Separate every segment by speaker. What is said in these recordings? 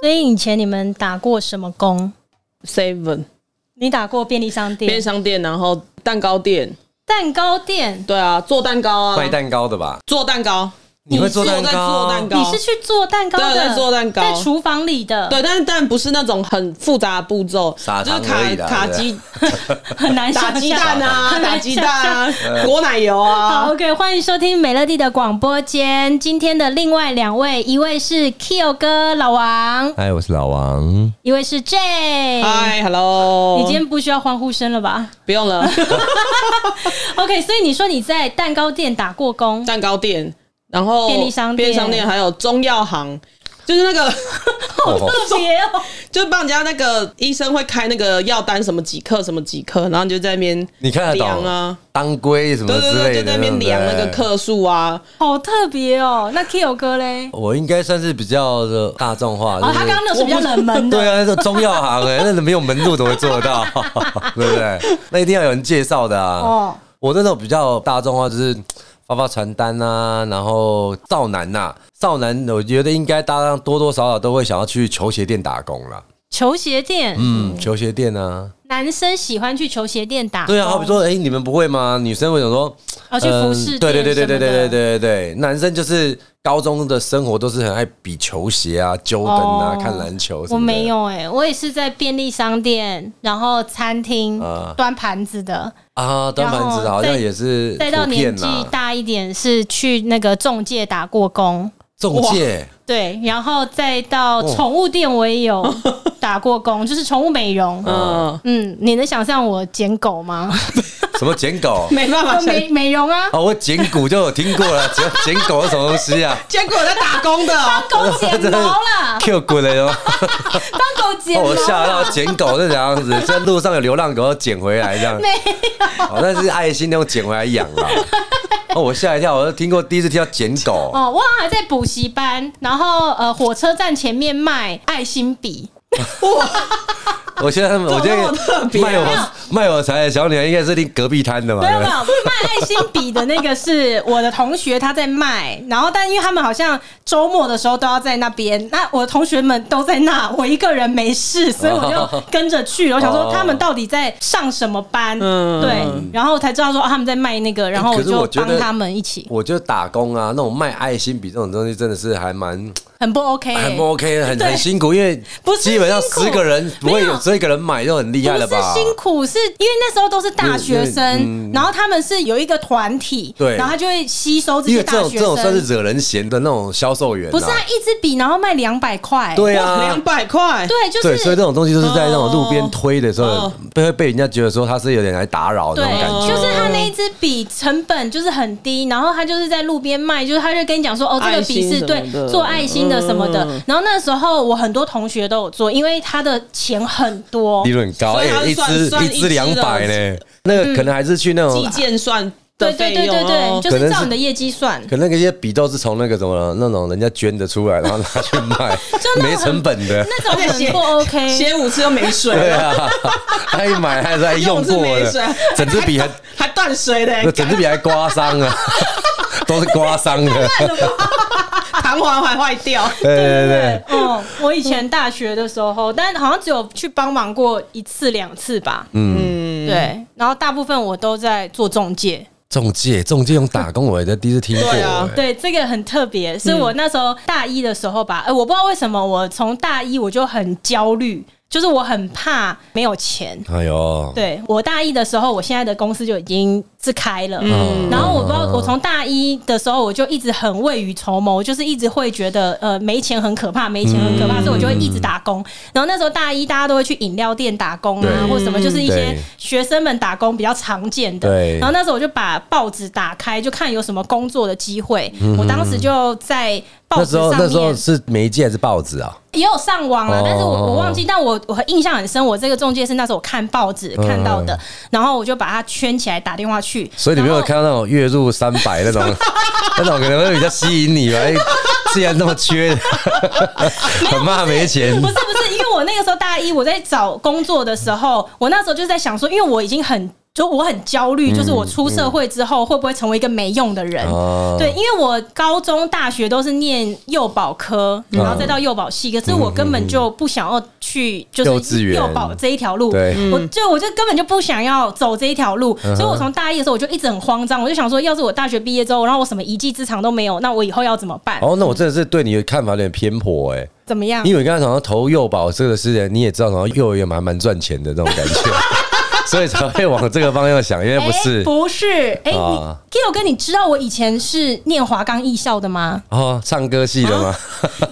Speaker 1: 所以以前你们打过什么工？
Speaker 2: Seven
Speaker 1: 你打过便利商
Speaker 2: 便利
Speaker 1: 店、
Speaker 2: 商店，然后蛋糕店，
Speaker 1: 蛋糕店？
Speaker 2: 对啊，做蛋糕啊，
Speaker 3: 卖蛋糕的吧？
Speaker 2: 做蛋糕，
Speaker 3: 你会做
Speaker 2: 我
Speaker 3: 蛋
Speaker 2: 在做蛋糕，
Speaker 3: 糕？
Speaker 1: 你是去做蛋糕
Speaker 2: 对我
Speaker 1: 的？
Speaker 2: 在做蛋糕
Speaker 1: 在厨房里的，
Speaker 2: 对，但是但不是那种很复杂的步骤，
Speaker 3: 撒
Speaker 2: 就是
Speaker 3: 糖而
Speaker 2: 卡
Speaker 3: 已啦
Speaker 2: 卡
Speaker 3: 对
Speaker 2: 鸡
Speaker 1: 很难
Speaker 2: 打
Speaker 1: 想
Speaker 2: 鸡
Speaker 1: 象。
Speaker 2: 蛋啊，
Speaker 1: 很难
Speaker 2: 打鸡蛋
Speaker 3: 嗯
Speaker 2: 啊，裹奶油
Speaker 1: 好
Speaker 2: 啊。
Speaker 1: ，OK，欢迎收听美乐蒂的广播间。今天的另外两位，一位是 Kyo 哥老王，
Speaker 3: 嗨，我是老王。
Speaker 1: 一位是 J。
Speaker 2: 嗨，Hello，
Speaker 1: 你今天不需要欢呼声了吧
Speaker 2: 不用 了，
Speaker 1: ？OK，所以你说你在蛋糕店打过 工，
Speaker 2: 蛋糕店，然后
Speaker 1: 便利商店
Speaker 2: 便利商店还有中药行，就是那个，
Speaker 1: 好特别哦。
Speaker 2: 就是帮人家那个医生会开那个药单，什么几克，什么几克，然后你就在那边
Speaker 3: 你看得
Speaker 2: 量
Speaker 3: 懂
Speaker 2: 啊，
Speaker 3: 当归什么
Speaker 2: 对对
Speaker 3: 之类
Speaker 2: 对，
Speaker 3: 的，
Speaker 2: 就在那边
Speaker 3: 对不对
Speaker 2: 量那个。克数啊，
Speaker 1: 好特别哦。那 Kyo 哥嘞？
Speaker 3: 我应该算是比较的大众化，
Speaker 1: 哦，
Speaker 3: 就
Speaker 1: 他
Speaker 3: 是
Speaker 1: 刚刚那个是比较冷门的。
Speaker 3: 对啊，那种中药 行哎、那没有门路怎么会做得到？ 对不对？那一定要有人介绍的啊。
Speaker 1: 哦
Speaker 3: 我那种比较大众化，就是发发传单啊，然后少男呐、少男，我觉得应该大家多多少少都会想要去球鞋店打工啦。
Speaker 1: 球鞋店，
Speaker 3: 嗯，球鞋店啊，
Speaker 1: 男生喜欢去球鞋店打。
Speaker 3: 对啊，好比，说，哎、你们不会吗？女生会想说，
Speaker 1: 哦，去服饰店、
Speaker 3: 嗯对对对对对对对。对对对，男生就是高中的生活都是很爱比球鞋啊、揪灯啊、
Speaker 1: 哦
Speaker 3: 看篮球什么的。
Speaker 1: 我没有哎、我也是在便利商店，然后餐厅、
Speaker 3: 啊
Speaker 1: 端盘子的，
Speaker 3: 啊，端盘
Speaker 1: 然
Speaker 3: 子
Speaker 1: 后
Speaker 3: 好像
Speaker 1: 再
Speaker 3: 也是
Speaker 1: 再到
Speaker 3: 普遍
Speaker 1: 年纪
Speaker 3: 啦，
Speaker 1: 大一点是去那个中介打过工，
Speaker 3: 中介
Speaker 1: 对，然后再到
Speaker 3: 哦
Speaker 1: 宠物店我也有 打过工，就是宠物美容。
Speaker 3: 啊
Speaker 2: 嗯，
Speaker 1: 嗯，你能想象我捡狗 吗？
Speaker 3: 什么捡 狗
Speaker 2: 没办法，
Speaker 1: 美美容啊，
Speaker 3: 啊，我捡骨就有听过了， 捡捡狗是什么东西啊？，
Speaker 2: 结果我在打工的哦，
Speaker 1: 帮狗剪毛啦
Speaker 3: Q 骨了哟！
Speaker 1: 帮狗剪
Speaker 3: 把
Speaker 1: 毛
Speaker 3: 我吓
Speaker 1: 啦。
Speaker 3: 到捡狗是怎样子？在路上有流浪狗要捡回来这样，没有，哦，那是爱心那种捡回来养啦。哦，我吓一跳，我听过第一次听到捡狗，
Speaker 1: 哦，我好像还在补习班，然后呃，火车站前面卖爱心笔，
Speaker 3: 我现在 他们，我
Speaker 2: 怎
Speaker 3: 觉
Speaker 2: 么那么特
Speaker 3: 得
Speaker 2: 别啊
Speaker 3: 卖我卖我财的小女孩应该是听隔壁摊的嘛
Speaker 1: 没有没
Speaker 3: 对不
Speaker 1: 有
Speaker 3: 对，
Speaker 1: 卖爱心笔的那个是我的同学他在卖，然后但因为他们好像周末的时候都要在那边，那我的同学们都在那，我一个人没事，所以我 就跟着去，
Speaker 3: 哦
Speaker 1: 我想说他们到底在上什么班，
Speaker 2: 嗯
Speaker 1: 对，然后才知道说、啊他们在卖那个，然后
Speaker 3: 可是
Speaker 1: 就
Speaker 3: 我觉得
Speaker 1: 帮他们一起，
Speaker 3: 我觉得打工啊，那种卖爱心笔这种东西真的是还蛮
Speaker 1: 很不 OK，
Speaker 3: 很不 OK，很
Speaker 1: 哎对
Speaker 3: 很辛苦，因为
Speaker 1: 不是
Speaker 3: 基本上
Speaker 1: 辛苦
Speaker 3: 十个人不会
Speaker 1: 没
Speaker 3: 有
Speaker 1: 有
Speaker 3: 这个人买就很厉害了
Speaker 1: 不是
Speaker 3: 吧？
Speaker 1: 辛苦，是因为那时候都是大学
Speaker 3: 嗯
Speaker 1: 生，然后他们是有一个团体，
Speaker 3: 对
Speaker 1: 然后他就会吸收这
Speaker 3: 因
Speaker 1: 些
Speaker 3: 为这
Speaker 1: 大
Speaker 3: 种
Speaker 1: 学
Speaker 3: 这种算是
Speaker 1: 生。
Speaker 3: 惹人嫌的那种销售员、啊，
Speaker 1: 不是啊，一支笔然后卖两百块，
Speaker 3: 对
Speaker 2: 两
Speaker 3: 啊。
Speaker 2: 百块，
Speaker 1: 对，就
Speaker 3: 对，所以
Speaker 1: 是
Speaker 3: 这种东西就是在那种路边推的时候
Speaker 2: 哦，
Speaker 3: 被会被人家觉得说他是有点来打扰那种感
Speaker 1: 对，
Speaker 3: 觉。
Speaker 1: 就是他那一支笔成本就是很低，然后他就是在路边卖，就是他就跟你讲说，哦，这个笔是
Speaker 2: 爱
Speaker 1: 对
Speaker 2: 心什么的
Speaker 1: 做爱心的什么的
Speaker 2: 嗯。
Speaker 1: 然后那时候我很多同学都有做，因为他的钱很多
Speaker 3: 利，润很高，
Speaker 2: 所
Speaker 3: 哎
Speaker 2: 以他，是
Speaker 3: 一
Speaker 2: 算
Speaker 3: 支
Speaker 2: 算
Speaker 3: 一
Speaker 2: 一
Speaker 3: 支
Speaker 2: 支
Speaker 3: 两百
Speaker 2: 的
Speaker 3: 呢，那
Speaker 1: 嗯
Speaker 3: 个可能还是去那种
Speaker 2: 计件算的
Speaker 1: 对对
Speaker 2: 费
Speaker 1: 对
Speaker 2: 用
Speaker 1: 对
Speaker 2: 哦
Speaker 1: 对，，就
Speaker 3: 可能
Speaker 1: 是
Speaker 3: 是
Speaker 1: 照你的业绩算，
Speaker 3: 啊可那个些笔都是从那个什么那种人家捐的出来，然后拿去卖，
Speaker 1: 那种
Speaker 3: 没成本的。
Speaker 1: 那种
Speaker 2: 而且
Speaker 1: 很
Speaker 2: 写
Speaker 1: 不 OK。
Speaker 2: 写五次又没水
Speaker 3: 对
Speaker 2: 了，
Speaker 3: 啊，他一买还是还用过
Speaker 2: 用是没水
Speaker 1: 啊
Speaker 3: 的，整支笔还
Speaker 2: 还断水嘞，
Speaker 3: 整支笔还刮伤啊， 都是刮伤的。
Speaker 2: 弹簧还坏掉。
Speaker 3: 对对对，
Speaker 1: 哦，我以前大学的时候，但好像只有去帮忙过一次两次吧。嗯，对，然后大部分我都在做中介。
Speaker 3: 中介中介用打工，我的第一次听过。
Speaker 2: 对啊
Speaker 3: 哎
Speaker 1: 对，这个很特别，是我那时候大一的时候吧，呃，我不知道为什么我从大一我就很焦虑，就是我很怕没有钱。
Speaker 3: 哎呦，
Speaker 1: 对我大一的时候，我现在的公司就已经是开了，
Speaker 3: 嗯
Speaker 1: 然后我不知道，我从大一的时候我就一直很未雨绸缪，就是一直会觉得呃没钱很可怕，没钱很可怕，
Speaker 3: 嗯
Speaker 1: 所以我就会一直打工。然后那时候大一大家都会去饮料店打工啊
Speaker 3: 对，
Speaker 1: 或什么，就是一些
Speaker 3: 对
Speaker 1: 学生们打工比较常见的。
Speaker 3: 对
Speaker 1: 然后那时候我就把报纸打开，就看有什么工作的机会。我当时就在报
Speaker 3: 嗯那
Speaker 1: 纸
Speaker 3: 时候
Speaker 1: 上
Speaker 3: 那时候
Speaker 1: 面
Speaker 3: 是媒介还是报纸啊？
Speaker 1: 也有上网了，
Speaker 3: 哦
Speaker 1: 但是我我忘记，但我我印象很深，我这个中介是那时候我看报纸
Speaker 3: 嗯
Speaker 1: 看到的，然后我就把它圈起来，打电话去。
Speaker 3: 所以你没有
Speaker 1: 然后
Speaker 3: 看到那种月入三 百那种，那种可能会比较吸引你吧？哎既然那 么缺，很怕没钱
Speaker 1: 不。是不是，因为我那个时候大一，我在找工作的时候，我那时候就在想说，因为我已经很就我很焦虑，就是我出社会之后会不会成为一个没用的人？
Speaker 3: 嗯哦
Speaker 1: 对，因为我高中、大学都是念幼保科，然
Speaker 3: 嗯
Speaker 1: 后再到幼保系，可是我根本就不想要去就
Speaker 3: 幼稚
Speaker 1: 是
Speaker 3: 园
Speaker 1: 幼保这一条路，
Speaker 3: 对
Speaker 1: 我就我就根本就不想要走这一条路，
Speaker 3: 嗯
Speaker 1: 所以我从大一的时候我就一直很慌张，我就想说，要是我大学毕业之后，然后我什么一技之长都没有，那我以后要怎么办？
Speaker 3: 哦，那我真的是对你的看法有点偏颇哎、
Speaker 1: 怎么样？
Speaker 3: 因为你刚才讲到投幼保这个是，你也知道，然后幼儿园蛮蛮赚钱的那种感觉，所以才会往这个方向想，因为不
Speaker 1: 哎
Speaker 3: 是
Speaker 1: 不是，哎、
Speaker 3: 啊
Speaker 1: 你 Kilo 哥，你知道我以前是念华冈艺校的吗？
Speaker 3: 哦，唱歌系的吗？，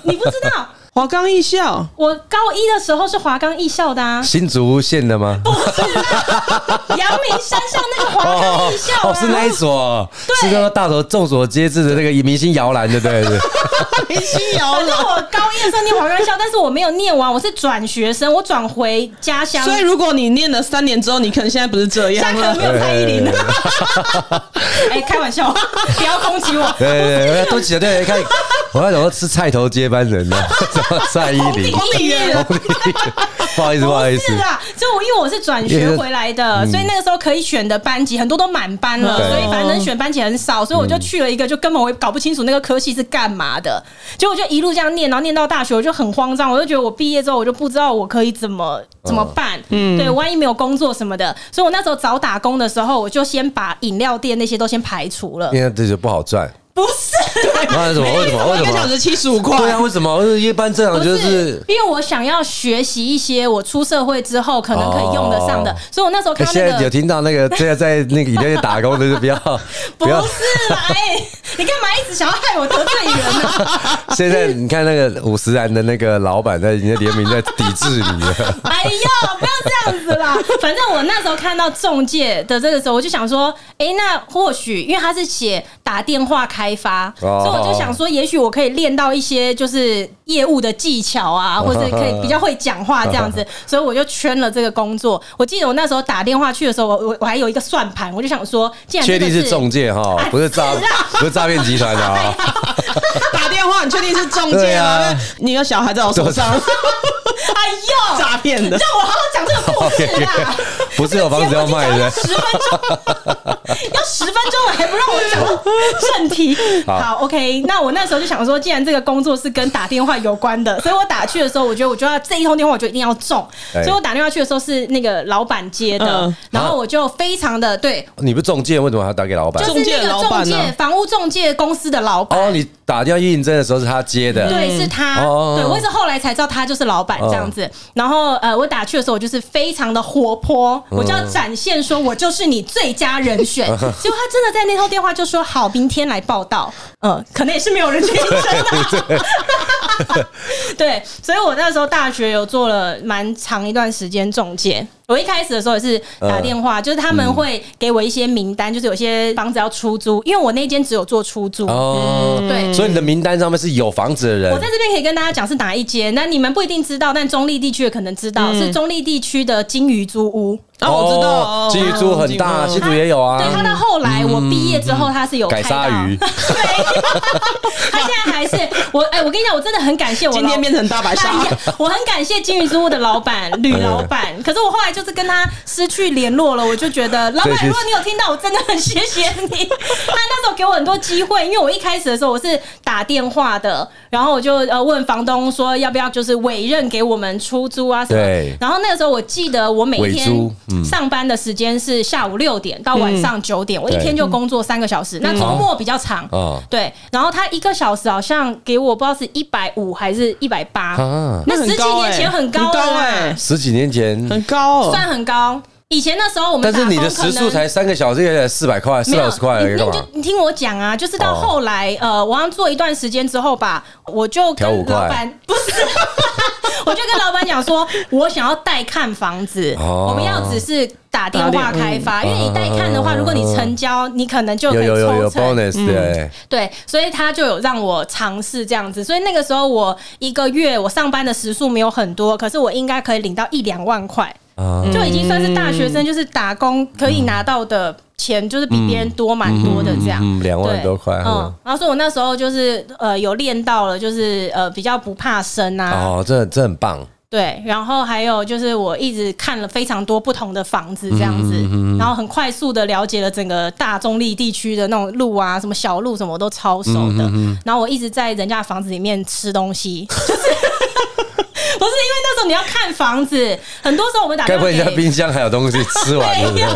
Speaker 1: 你不知道，
Speaker 2: 华冈艺校，
Speaker 1: 我高一的时候是华冈艺校的啊
Speaker 3: 新竹县的吗？
Speaker 1: 阳明山上那个华
Speaker 3: 哦
Speaker 1: 冈艺校、啊
Speaker 3: 哦，是那一所，是那个大头众所皆知的那个明星摇篮的，对不对？
Speaker 2: 林夕瑶
Speaker 1: 反正
Speaker 2: 了。
Speaker 1: 我高一的时候念华冈校，但是我没有念完，我是转学生，我转回家乡。
Speaker 2: 所以如果你念了三年之后，你可能现在不是这
Speaker 1: 现在
Speaker 2: 样
Speaker 1: 可能没
Speaker 2: 了。
Speaker 1: 有蔡依林。 哎、开玩笑，不要攻击我。
Speaker 3: 对对对，都起来，对，看我那种是菜头接班人呢，什么蔡依林，
Speaker 1: 一人
Speaker 3: 不好意思，不好意思
Speaker 1: 是，啦，就我因为我是转学回来的，所以那个时候可以选的班级很多都满班了，
Speaker 3: 对
Speaker 1: 所以反正能选班级很少，所以我就去了一个就根本我也搞不清楚那个科系是干嘛的，结果就一路这样念，然后念到大学，我就很慌张，我就觉得我毕业之后我就不知道我可以怎么怎么办，嗯，对，万一没有工作什么的，所以我那时候找打工的时候，我就先把饮料店那些都先排除了，
Speaker 3: 因为这就不好赚。
Speaker 1: 不是。
Speaker 3: 那为什么？为什么？为
Speaker 2: 一个
Speaker 3: 什
Speaker 2: 小
Speaker 3: 么？
Speaker 2: 时七十五块，
Speaker 3: 对啊，为什么？一般正常
Speaker 1: 不
Speaker 3: 就是是，。
Speaker 1: 因为我想要学习一些我出社会之后可能可以用得上的，
Speaker 3: 哦
Speaker 1: 所以我那时候看到
Speaker 3: 现
Speaker 1: 那
Speaker 3: 在有
Speaker 1: 个
Speaker 3: 听到那个这个在那个饮料店打工的，就不要
Speaker 1: 不
Speaker 3: 不
Speaker 1: 是
Speaker 3: 要。
Speaker 1: 啦，哎、你干嘛一直想要害我得罪人呢、
Speaker 3: 现在你看那个五十岚的那个老板在人家联名在抵制 你了。
Speaker 1: 哎呦，不要这样子 啦！反正我那时候看到中介的这个时候，我就想说，哎、那或许因为他是写打电话开发，
Speaker 3: 哦
Speaker 1: 所以我就想说，也许我可以练到一些就是业务的技巧啊，
Speaker 3: 哦
Speaker 1: 或者可以比较会讲话这样 子，所以我就圈了这个工作。我记得我那时候打电话去的时候，我我我还有一个算盘，我就想说，既然
Speaker 3: 确
Speaker 1: 这哎个哎
Speaker 3: 定是中介哈，不是诈，不是诈骗集团的啊。
Speaker 2: 打电话，你确定是中
Speaker 3: 对
Speaker 2: 介吗？
Speaker 3: 啊
Speaker 2: 你的小孩在我手上，
Speaker 1: 哎呦，
Speaker 2: 诈骗 的。
Speaker 1: 让我好好讲这个故事啦。
Speaker 3: 不是有房子要卖的，
Speaker 1: 十分钟，要十分钟了还不让我讲正题。
Speaker 3: 好
Speaker 1: 好，OK，那我那时候就想说，既然这个工作是跟打电话有关的，所以我打去的时候，我觉得我就要这一通电话，我就一定要中。
Speaker 3: 哎
Speaker 1: 所以我打电话去的时候是那个老板接的
Speaker 2: 嗯，
Speaker 1: 然后我就非常的对，
Speaker 3: 你不是中介，为什么还要打给老板
Speaker 1: 就？是
Speaker 2: 中
Speaker 1: 那
Speaker 2: 介
Speaker 1: 个
Speaker 2: 的老
Speaker 1: 中
Speaker 2: 板呢啊
Speaker 1: 介房屋中介公司的老板。
Speaker 3: 哦，你打电话应征的时候是他接的，
Speaker 1: 对，是他。
Speaker 3: 哦
Speaker 1: 对，我也是后来才知道他就是老板这样子。然后呃，我打去的时候，我就是非常的活泼，我就要展现说我就是你最佳人 选。结果他真的在那通电话就说好，明天来报道。嗯，可能也是没有人 去应征的。 对，所以我那时候大学有做了蛮长一段时间中介。我一开始的时候也是打电话，
Speaker 3: 嗯
Speaker 1: 就是他们会给我一些名单，就是有些房子要出租，因为我那间只有做出租。
Speaker 3: 哦，
Speaker 1: 对，
Speaker 3: 所以你的名单上面是有房子的
Speaker 1: 嗯
Speaker 2: 呃
Speaker 1: 我
Speaker 3: 人
Speaker 1: 在，这边可以跟大家讲是哪一间，那你们不一定知道，但中立地区的可能知
Speaker 2: 嗯
Speaker 1: 道，是中立地区的金鱼租屋。
Speaker 2: 啊，我知道哦，
Speaker 3: 哦金鱼猪很大，新竹也有啊
Speaker 1: 对，，他到后来我毕业之后，他
Speaker 2: 嗯
Speaker 1: 是有
Speaker 3: 改
Speaker 1: 开到
Speaker 3: 鲨 鱼
Speaker 1: 对， 他现在还是我哎、我跟你讲，我真的很感谢我
Speaker 2: 今天
Speaker 1: 老
Speaker 2: 变成大白鲨
Speaker 1: 哎。呀，我很感谢金鱼租屋的老板吕老板，
Speaker 3: 嗯
Speaker 1: 可是我后来就是跟他失去联络了，我就觉得老板
Speaker 3: 对，其实
Speaker 1: 如果你有听到，我真的很谢谢你。 他那时候给我很多机会，因为我一开始的时候我是打电话的，然后我就呃问房东说要不要就是委任给我们出租啊什么
Speaker 3: 对。
Speaker 1: 然后那个时候我记得我每一
Speaker 3: 委租
Speaker 1: 天
Speaker 3: 嗯
Speaker 1: 上班的时间是下午六点到晚上九点，我一天就工作三个小
Speaker 3: 嗯
Speaker 1: 时，那周末比较长。
Speaker 3: 哦
Speaker 1: 对，然后他一个小时好像给我不知道是一百五还是一百八，
Speaker 3: 啊，
Speaker 1: 那十几年前很高欸了
Speaker 2: 很高
Speaker 1: 啦
Speaker 2: 哎，，
Speaker 3: 十几年前，
Speaker 2: 很高哦。
Speaker 1: 算很高。以前那时候我们
Speaker 3: 但
Speaker 1: 打
Speaker 3: 是
Speaker 1: 工可
Speaker 3: 你
Speaker 1: 能
Speaker 3: 的时速才三个小时，也才四百块，四
Speaker 1: 没
Speaker 3: 百
Speaker 1: 有
Speaker 3: 五十块而已，
Speaker 1: 你
Speaker 3: 干
Speaker 1: 你
Speaker 3: 嘛
Speaker 1: 就？你听我讲啊，就是到后来，呃，我好像做一段时间之后吧，我就
Speaker 3: 调五
Speaker 1: 跟
Speaker 3: 块
Speaker 1: 老板不是， 我就跟老板讲说，我想要代看房子，
Speaker 3: 哦
Speaker 1: 我们要只是打电话嗯
Speaker 2: 打电
Speaker 1: 开发，因为你代看的话，
Speaker 3: 嗯
Speaker 1: 如果你成交，你可能就
Speaker 3: 有
Speaker 1: 可以
Speaker 3: 有有
Speaker 1: 抽
Speaker 3: 有
Speaker 1: 成。
Speaker 3: bonus 对，
Speaker 1: 对，所以他就有让我尝试这样子，所以那个时候我一个月我上班的时数没有很多，可是我应该可以领到一两万块，
Speaker 3: 啊，
Speaker 1: 就已经算是大学生就是打工可以拿到的钱，就是比别人多蛮多的这样。
Speaker 3: 嗯，两万
Speaker 1: 对，
Speaker 3: 多块，
Speaker 1: 嗯
Speaker 3: 嗯，
Speaker 1: 然后所以我那时候就是呃有练到了，就是呃比较不怕生啊，
Speaker 3: 嗯哦哦，这这很棒，
Speaker 1: 对，然后还有就是我一直看了非常多不同的房子这样
Speaker 3: 嗯
Speaker 1: 子，然后很快速的了解了整个大中立地区的那种路啊，什么小路什么我都超熟
Speaker 3: 嗯
Speaker 1: 的。然后我一直在人家的房子里面吃东西，就是不是因 为那时候你要看房子，很多时候我们打
Speaker 3: 该
Speaker 1: 电
Speaker 3: 不
Speaker 1: 话
Speaker 3: 会你家
Speaker 1: 给
Speaker 3: 冰箱还有东西吃完是不是？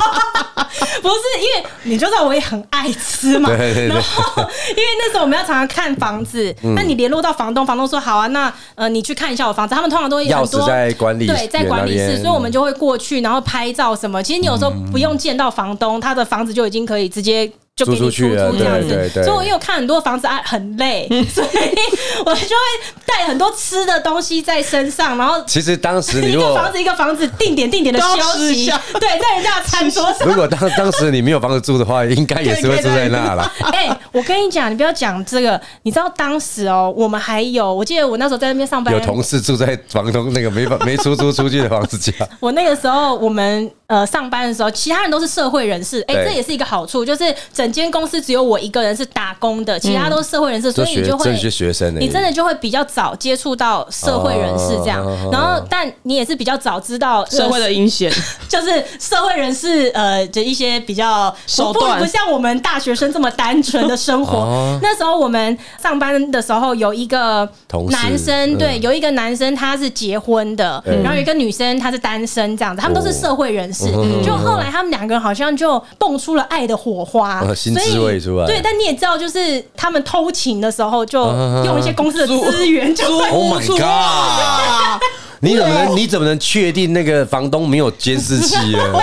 Speaker 1: 不是因为你就知道我也很爱吃嘛，
Speaker 3: 对对 对
Speaker 1: 然后因为那时候我们要常常看房子，
Speaker 3: 嗯
Speaker 1: 那你联络到房东，房东说好啊，那呃你去看一下我房子，他们通常都会有
Speaker 3: 钥
Speaker 1: 很多
Speaker 3: 匙在管理
Speaker 1: 对，在管理
Speaker 3: 员那
Speaker 1: 室，
Speaker 3: 边
Speaker 1: 所以我们就会过去，然后拍照什么。其实你有时候不用见到房东，他的房子就已经可以直接。就给你
Speaker 3: 租出
Speaker 1: 出
Speaker 3: 去
Speaker 1: 租
Speaker 3: 了
Speaker 1: 这样子，
Speaker 3: 对对对
Speaker 1: 所以我因为我看很多房子啊很累， 所以我就会带很多吃的东西在身上，然后
Speaker 3: 其实当时你
Speaker 1: 一
Speaker 3: 如
Speaker 1: 个
Speaker 3: 果
Speaker 1: 房子一个房子定点定点的
Speaker 2: 都要
Speaker 1: 休
Speaker 2: 吃一
Speaker 1: 息
Speaker 2: 下，
Speaker 1: 对，在人家的餐桌上
Speaker 3: 如果当当时你没有房子住的话，应该也是会住在那啦。
Speaker 1: 哎、我跟你讲，你不要讲这个。你知道当时哦，我们还有，我记得我那时候在那边上班
Speaker 3: 有，同事住在房东那个没房没出租出去的房子家，
Speaker 1: 我那个时候我们呃上班的时候，其他人都是社会人士。哎、
Speaker 3: 对
Speaker 1: 这也是一个好处，就是整间公司只有我一个人是打工的，其他都是社会人士，所
Speaker 3: 就
Speaker 1: 以
Speaker 3: 嗯学
Speaker 1: 你就会
Speaker 3: 这些学生而已
Speaker 1: 你真的就会比较早接触到社会人士这样
Speaker 3: 哦，
Speaker 1: 然后但你也是比较早知道
Speaker 2: 社会的阴 险，
Speaker 1: 就是社会人士呃的一些比较
Speaker 2: 手
Speaker 1: 不
Speaker 2: 段
Speaker 1: 不像我们大学生这么单纯的生活。
Speaker 3: 哦
Speaker 1: 那时候我们上班的时候有一个
Speaker 3: 同事
Speaker 1: 男生，
Speaker 3: 嗯
Speaker 1: 对，有一个男生他是结婚的，
Speaker 3: 嗯
Speaker 1: 然后有一个女生她是单身，这样子，他们都是社会人士。
Speaker 3: 哦
Speaker 1: 就后来他们两个人好像就蹦出了爱的火花，
Speaker 3: 哦新滋味出来
Speaker 1: 所以对，但你也知道，就是他们偷情的时候，就
Speaker 3: 啊
Speaker 1: 用一些公司的资源就会
Speaker 3: Oh my
Speaker 2: 出
Speaker 3: god！你怎么能你怎么能确定那个房东没有监视器呢？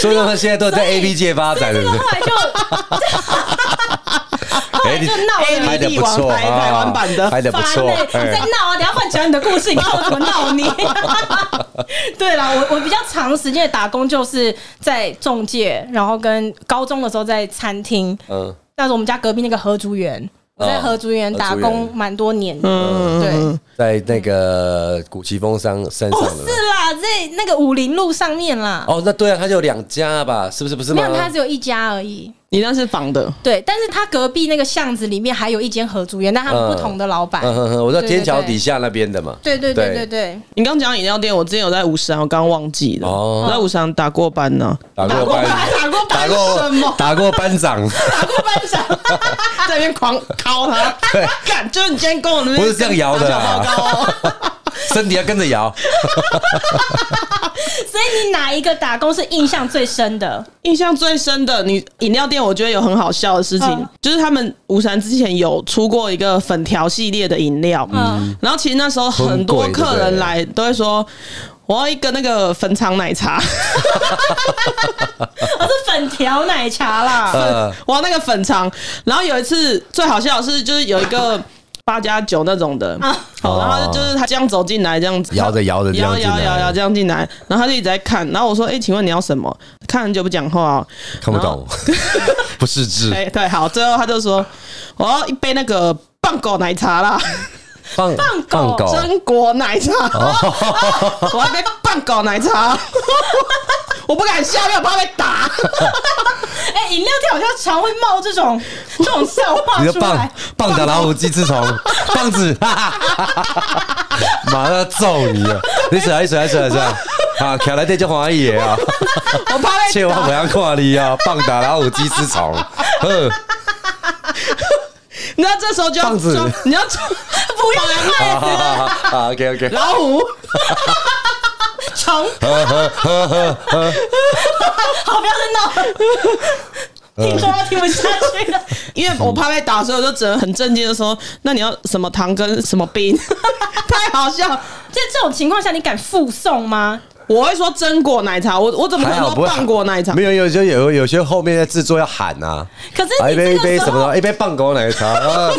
Speaker 3: 所以他们现在都在 A B 界发展，是不是？
Speaker 1: 后来就 后来
Speaker 3: 哎，
Speaker 1: 就闹了。
Speaker 3: 拍的不错，
Speaker 2: A 力王牌
Speaker 3: 啊
Speaker 2: 台湾版的
Speaker 3: 拍的不错
Speaker 1: 烦欸，你在
Speaker 3: 哎
Speaker 1: 闹啊！等一下换讲你的故事，你看我怎么闹你。 对啦，我我比较长时间的打工就是在中介，然后跟高中的时候在餐厅，
Speaker 3: 嗯，
Speaker 1: 那时候我们家隔壁那个合竹园，我
Speaker 3: 哦
Speaker 1: 在合竹园打工蛮多年的。
Speaker 3: 嗯
Speaker 1: 对，
Speaker 3: 在那个古奇风商山上
Speaker 1: 不
Speaker 3: 的
Speaker 1: 哦是啦，在那个武林路上面啦，
Speaker 3: 哦，那对啊，他就有两家吧，是不是？不是
Speaker 1: 没
Speaker 3: 吗？
Speaker 1: 有，它只有一家而已。
Speaker 2: 你那是仿的，
Speaker 1: 对，但是它隔壁那个巷子里面还有一间合竹园，但他们不同的老板。
Speaker 3: 嗯哼哼，我在
Speaker 1: 对
Speaker 3: 天桥
Speaker 1: 对对
Speaker 3: 底下那边的嘛。
Speaker 1: 对对对对对。
Speaker 2: 你刚讲饮料店，我之前有在五十啊，我刚忘记了，
Speaker 3: 哦
Speaker 2: 我在五十啊打过班 呢，
Speaker 3: 打过班，
Speaker 2: 打过班什
Speaker 3: 打过
Speaker 2: 么？
Speaker 3: 打过班长，
Speaker 2: 打过班长，在那边狂敲 他，干，就是你今天跟我那边
Speaker 3: 不是这样摇的
Speaker 2: 打
Speaker 3: 啦
Speaker 2: 小报告哦
Speaker 3: 身体要跟着摇。
Speaker 1: 所以你哪一个打工是印象最深 的？
Speaker 2: 印象最深的，你饮料店，我觉得有很好笑的事情，
Speaker 1: 嗯
Speaker 2: 就是他们五山之前有出过一个粉条系列的饮料，
Speaker 1: 嗯
Speaker 2: 然后其实那时候很多客人来都会说。我要一个那个粉肠奶茶，
Speaker 1: 我是粉条奶茶啦。
Speaker 3: 呃，
Speaker 2: 我要那个粉肠。然后有一次最好笑的是，就是有一个 八加九那种的，
Speaker 1: 啊
Speaker 2: 好，然后就是他这样走进来，这样子
Speaker 3: 摇着摇着这样
Speaker 2: 摇
Speaker 3: 进
Speaker 2: 摇
Speaker 3: 来
Speaker 2: 摇摇这样进来，然后他就一直在看。然后我说：“哎、请问你要什么？”看很久不讲话哦、
Speaker 3: 看不懂， 不识字，
Speaker 2: 哎、 对，好，最后他就说我要一杯那个棒狗奶茶啦，
Speaker 3: 放
Speaker 1: 放狗
Speaker 3: 狗，
Speaker 2: 榛果奶茶，
Speaker 3: 哦
Speaker 2: 我要一杯棒狗奶茶， 我不敢下面，我怕被 打。
Speaker 1: 哎、饮料店好像常会冒这种这种笑话
Speaker 3: 你的
Speaker 1: 出
Speaker 3: 棒
Speaker 1: 来。
Speaker 3: 棒打老虎鸡 吃虫，棒子，哈哈哈哈马上揍你啊！你甩来甩来甩来 甩来，啊，卡来这叫华野啊，
Speaker 2: 我怕被
Speaker 3: 千万不
Speaker 2: 打，
Speaker 3: 要看你啊！棒打老虎鸡 吃虫，嗯，
Speaker 2: 你知道这时候就要
Speaker 3: 棒子
Speaker 2: 装，你要装 不要
Speaker 3: 好好 好好，OK OK，
Speaker 2: 老虎，
Speaker 1: 虫，好，不要再闹 了。听说要听不下去了，
Speaker 2: 因为我怕被打，所以我就只能很震惊的说：“那你要什么糖跟什么冰？” 太好笑了，
Speaker 1: 在这种情况下，你敢附送吗？
Speaker 2: 我会说榛果奶茶，我我怎么可
Speaker 3: 还
Speaker 2: 能
Speaker 3: 好
Speaker 2: 说
Speaker 3: 不会
Speaker 2: 棒果奶茶
Speaker 3: 没？有有些有有些后面在制作要喊啊，
Speaker 1: 可是
Speaker 3: 啊
Speaker 1: 哎你
Speaker 3: 一杯
Speaker 1: 这
Speaker 3: 一杯
Speaker 1: 个时
Speaker 3: 什么
Speaker 1: 候
Speaker 3: 的，一杯棒狗奶茶啊，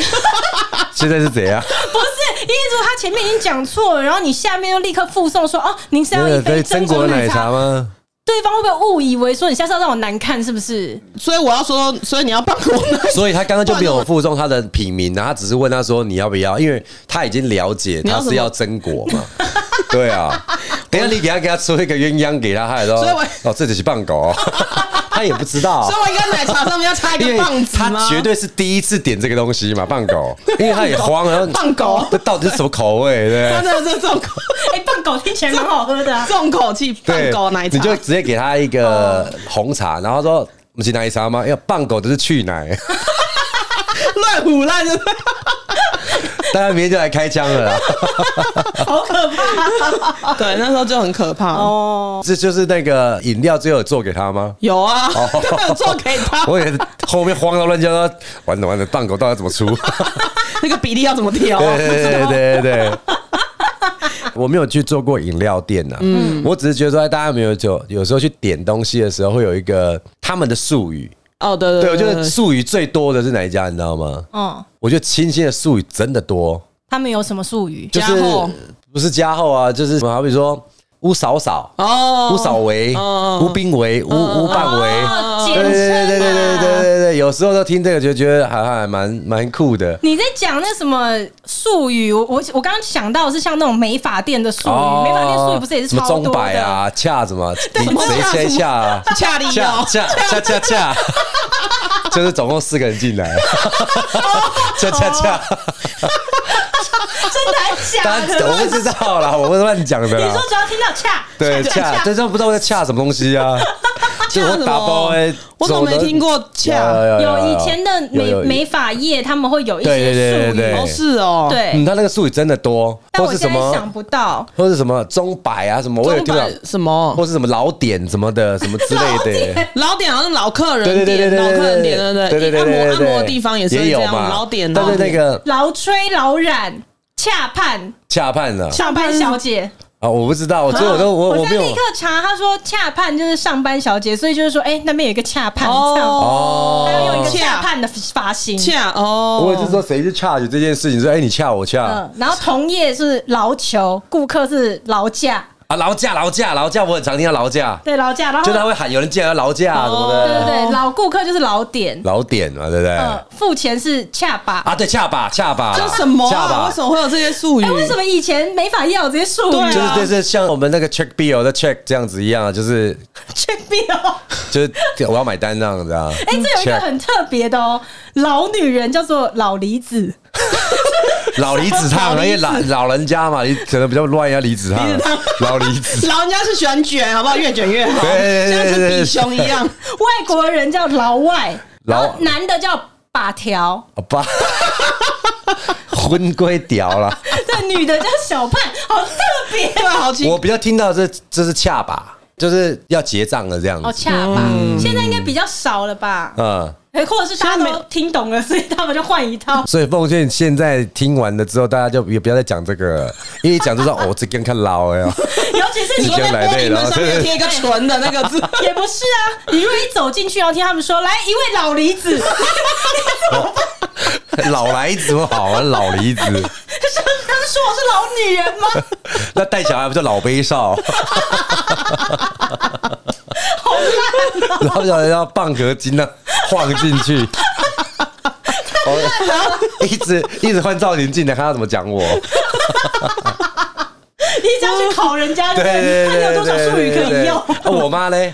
Speaker 3: 现在是怎样？
Speaker 1: 不是，因为如果他前面已经讲错了，然后你下面又立刻附送说哦，您是要一杯
Speaker 3: 真
Speaker 1: 榛
Speaker 3: 果
Speaker 1: 果
Speaker 3: 奶
Speaker 1: 奶
Speaker 3: 茶
Speaker 1: 茶，
Speaker 3: 吗？
Speaker 1: 对方会不会误以为说你下次要让我难看是不是？
Speaker 2: 所以我要说，所以你要棒果奶茶。
Speaker 3: 所以他刚刚就没有附送他的品名啊，他只是问他说你要不要，因为他已经了解他是要榛果嘛。 对啊，等一下你给他给他说一个鸳鸯给他，他也说
Speaker 2: 所以我
Speaker 3: 哦，这只是棒 狗哦，他也不知道
Speaker 2: 所以，我应该奶茶上面要插一
Speaker 3: 因
Speaker 2: 个
Speaker 3: 为
Speaker 2: 棒子吗？
Speaker 3: 哎他绝对是第一次点这个东西 嘛，棒狗，因为他也慌，然后
Speaker 2: 棒狗
Speaker 3: 这到底是什么口味？对不对
Speaker 2: 他。真的是这种口，
Speaker 1: 哎、棒狗听起来蛮好喝的、啊。
Speaker 2: 重口气
Speaker 3: 对
Speaker 2: 放狗奶茶，哦
Speaker 3: 你就直接给他一个红茶，然后说我们是奶茶吗？要哎棒狗就是去 奶，
Speaker 2: 乱胡乱就对。
Speaker 3: 大家明天就来开枪了啦。啊
Speaker 1: 好可怕
Speaker 2: 对，那时候就很可怕。
Speaker 1: 哦！
Speaker 3: 这就是那个饮料最后有做给他吗？
Speaker 2: 有啊，
Speaker 3: 哦
Speaker 2: 都 有做给他，
Speaker 3: 我也是后面慌到乱叫说，完了完了，棒狗到底要怎 么出？
Speaker 2: 那个比例要怎么调啊？
Speaker 3: 对对对对对。我没有去做过饮料店呐、嗯，我只是觉得说，大家没有就有时候去点东西的时候，会有一个他们的术语。
Speaker 2: 哦，对
Speaker 3: 对，
Speaker 2: 对
Speaker 3: 我觉
Speaker 2: 对，
Speaker 3: 得术语最多的是哪一家，你知道吗？
Speaker 1: 哦，
Speaker 3: 我觉得清新的术语真的多，
Speaker 1: 他们有什么术语？
Speaker 3: 就是
Speaker 2: 加厚
Speaker 3: 不是加厚啊，就是什么，好比说乌嫂嫂、
Speaker 2: 哦，
Speaker 3: 乌嫂维、
Speaker 2: 哦
Speaker 3: 乌冰维、乌乌棒维，
Speaker 1: 哦
Speaker 3: 对对对对对对对
Speaker 1: 对。
Speaker 3: 对对，有时候都听这个就觉得还还蛮蛮酷的。
Speaker 1: 你在讲那什么术语？我我我刚刚想到是像那种美发店的术语，美发店术语不是也是
Speaker 3: 哦什么
Speaker 1: 超
Speaker 3: 钟
Speaker 1: 多
Speaker 3: 摆
Speaker 1: 的？
Speaker 3: 啊、恰什么，你
Speaker 2: 什么
Speaker 3: 谁
Speaker 2: 恰什
Speaker 3: 先
Speaker 2: 么
Speaker 3: 下啊？
Speaker 2: 恰力
Speaker 3: 恰
Speaker 2: 哦，
Speaker 3: 恰恰恰恰， 就是总共四个人进来，
Speaker 1: 哦
Speaker 3: 恰恰恰，
Speaker 1: 真的还是
Speaker 3: 当
Speaker 1: 假
Speaker 3: 然我
Speaker 1: 的？
Speaker 3: 不知道啦，我不是乱讲 的
Speaker 1: 你
Speaker 3: 啦
Speaker 1: 说。只要听到恰，
Speaker 3: 对，
Speaker 1: 恰
Speaker 3: 恰，这真不知道我在恰什么东西啊。就
Speaker 2: 恰
Speaker 3: 我
Speaker 2: 什么
Speaker 3: 打包哎，
Speaker 2: 我怎么没听过恰？
Speaker 3: 有
Speaker 1: 有以前的美美发业，他们会有一
Speaker 3: 对对
Speaker 1: 些
Speaker 3: 对
Speaker 1: 术
Speaker 3: 对
Speaker 1: 语，
Speaker 2: 哦，是哦，，
Speaker 3: 嗯，
Speaker 1: 对。
Speaker 3: 他那个术语真的多，
Speaker 1: 但
Speaker 3: 或
Speaker 1: 我
Speaker 3: 是什
Speaker 1: 现在想
Speaker 3: 么，
Speaker 1: 不到，
Speaker 3: 或是什么钟摆啊什么，我也
Speaker 2: 中
Speaker 3: 听不了
Speaker 2: 版，什么
Speaker 3: 或？是什么老点什么的，什么之类的。
Speaker 2: 哦老点好像老客人
Speaker 3: 对对
Speaker 2: 点，
Speaker 3: 对对对
Speaker 2: 老
Speaker 3: 对
Speaker 2: 客人点，对
Speaker 3: 对
Speaker 2: 对
Speaker 3: 对对对
Speaker 2: 按
Speaker 3: 对
Speaker 2: 摩
Speaker 3: 对
Speaker 2: 按
Speaker 3: 对
Speaker 2: 摩的地方也是
Speaker 3: 也
Speaker 2: 这
Speaker 3: 有
Speaker 2: 样，
Speaker 3: 嘛。
Speaker 2: 老点，
Speaker 3: 但是那个
Speaker 1: 老吹老染恰盼
Speaker 3: 恰盼啊
Speaker 1: 上班小姐，
Speaker 3: 啊，我不知道，所以我都我
Speaker 1: 啊我现
Speaker 3: 我没
Speaker 1: 在
Speaker 3: 有
Speaker 1: 立刻查，他说恰盼就是上班小姐，所以就是说，哎，那边有一个恰盼，这样
Speaker 2: 哦，
Speaker 1: 还要用一个
Speaker 2: 恰
Speaker 1: 恰盼的发型。
Speaker 2: 恰哦，
Speaker 3: 我也是说谁是恰你这件事情，说哎你恰我恰
Speaker 1: 嗯，然后同业是劳求，顾客是劳驾，
Speaker 3: 啊劳驾劳驾劳驾，我很常听到劳驾，
Speaker 1: 对劳驾，然
Speaker 2: 哦
Speaker 1: 后
Speaker 3: 就
Speaker 1: 对
Speaker 3: 他会喊有人进来要劳驾什么
Speaker 1: 对
Speaker 3: 的，
Speaker 1: 对，老顾客就是老点，
Speaker 3: 老点嘛，对不对？
Speaker 1: 嗯，付钱是恰把。
Speaker 3: 啊对恰吧恰吧，
Speaker 2: 这什么
Speaker 3: 恰
Speaker 2: 啊？
Speaker 3: 吧
Speaker 2: 为什？么会有这些术语
Speaker 1: 哎，？为什么以前美发业有这些术
Speaker 2: 对
Speaker 1: 语
Speaker 2: 啊
Speaker 3: 就是 就是像我们那个 check bill 的 check 这样子一样啊，就是
Speaker 1: ？check bill，
Speaker 3: 就是我要买单这样子啊。
Speaker 1: 哎，这有一个
Speaker 3: Check
Speaker 1: 很特别的哦，老女人叫做老离子，
Speaker 3: 老离子烫，因为老老人家嘛，你可能比较乱，要离子烫
Speaker 2: 离子烫，
Speaker 3: 老离子，
Speaker 2: 老人家是喜欢卷，好不好？越卷越好，
Speaker 3: 对对对
Speaker 2: 像
Speaker 3: 对
Speaker 2: 是
Speaker 3: 对
Speaker 2: 比熊一样。
Speaker 1: 外国人叫老外，然
Speaker 3: 老
Speaker 1: 后男的叫把条，
Speaker 3: 好吧，婚归屌了。
Speaker 1: 对，女的叫小盼，好特别
Speaker 2: 对，好奇
Speaker 3: 我比较听到这这是恰吧，就是要结账的这样
Speaker 1: 哦，
Speaker 3: 子。
Speaker 1: 恰吧，现在应该比较少了吧？
Speaker 3: 嗯，
Speaker 1: 哎，或者是大
Speaker 2: 现
Speaker 1: 家
Speaker 2: 在没
Speaker 1: 都听懂了，所以他们就换一 套。
Speaker 3: 所以奉劝现在听完了之后，大家就也不要再讲这个了，因为一讲就说哦，这跟看老哎呀，
Speaker 1: 尤其是你
Speaker 3: 这
Speaker 1: 也
Speaker 3: 样来
Speaker 2: 玻璃门上面贴一个纯的那个字，
Speaker 1: 也不是啊，你如果一走进去，然后听他们说来一位老离子，
Speaker 3: 老来子不好啊，老离子，
Speaker 1: 他说他是说我是老女人 吗？
Speaker 3: 那带小孩不叫老悲 少，
Speaker 1: 好烂啊！
Speaker 3: 然后小孩要蚌壳精呢晃进 去。哦，一直一直换造型进来，看他怎么讲我。
Speaker 1: 你这样去考人家，
Speaker 3: 对
Speaker 1: 看
Speaker 3: 对对
Speaker 1: 你有
Speaker 3: 对
Speaker 1: 多少
Speaker 3: 对
Speaker 1: 术语
Speaker 3: 对
Speaker 1: 可
Speaker 3: 对
Speaker 1: 以用。
Speaker 3: 啊我妈嘞，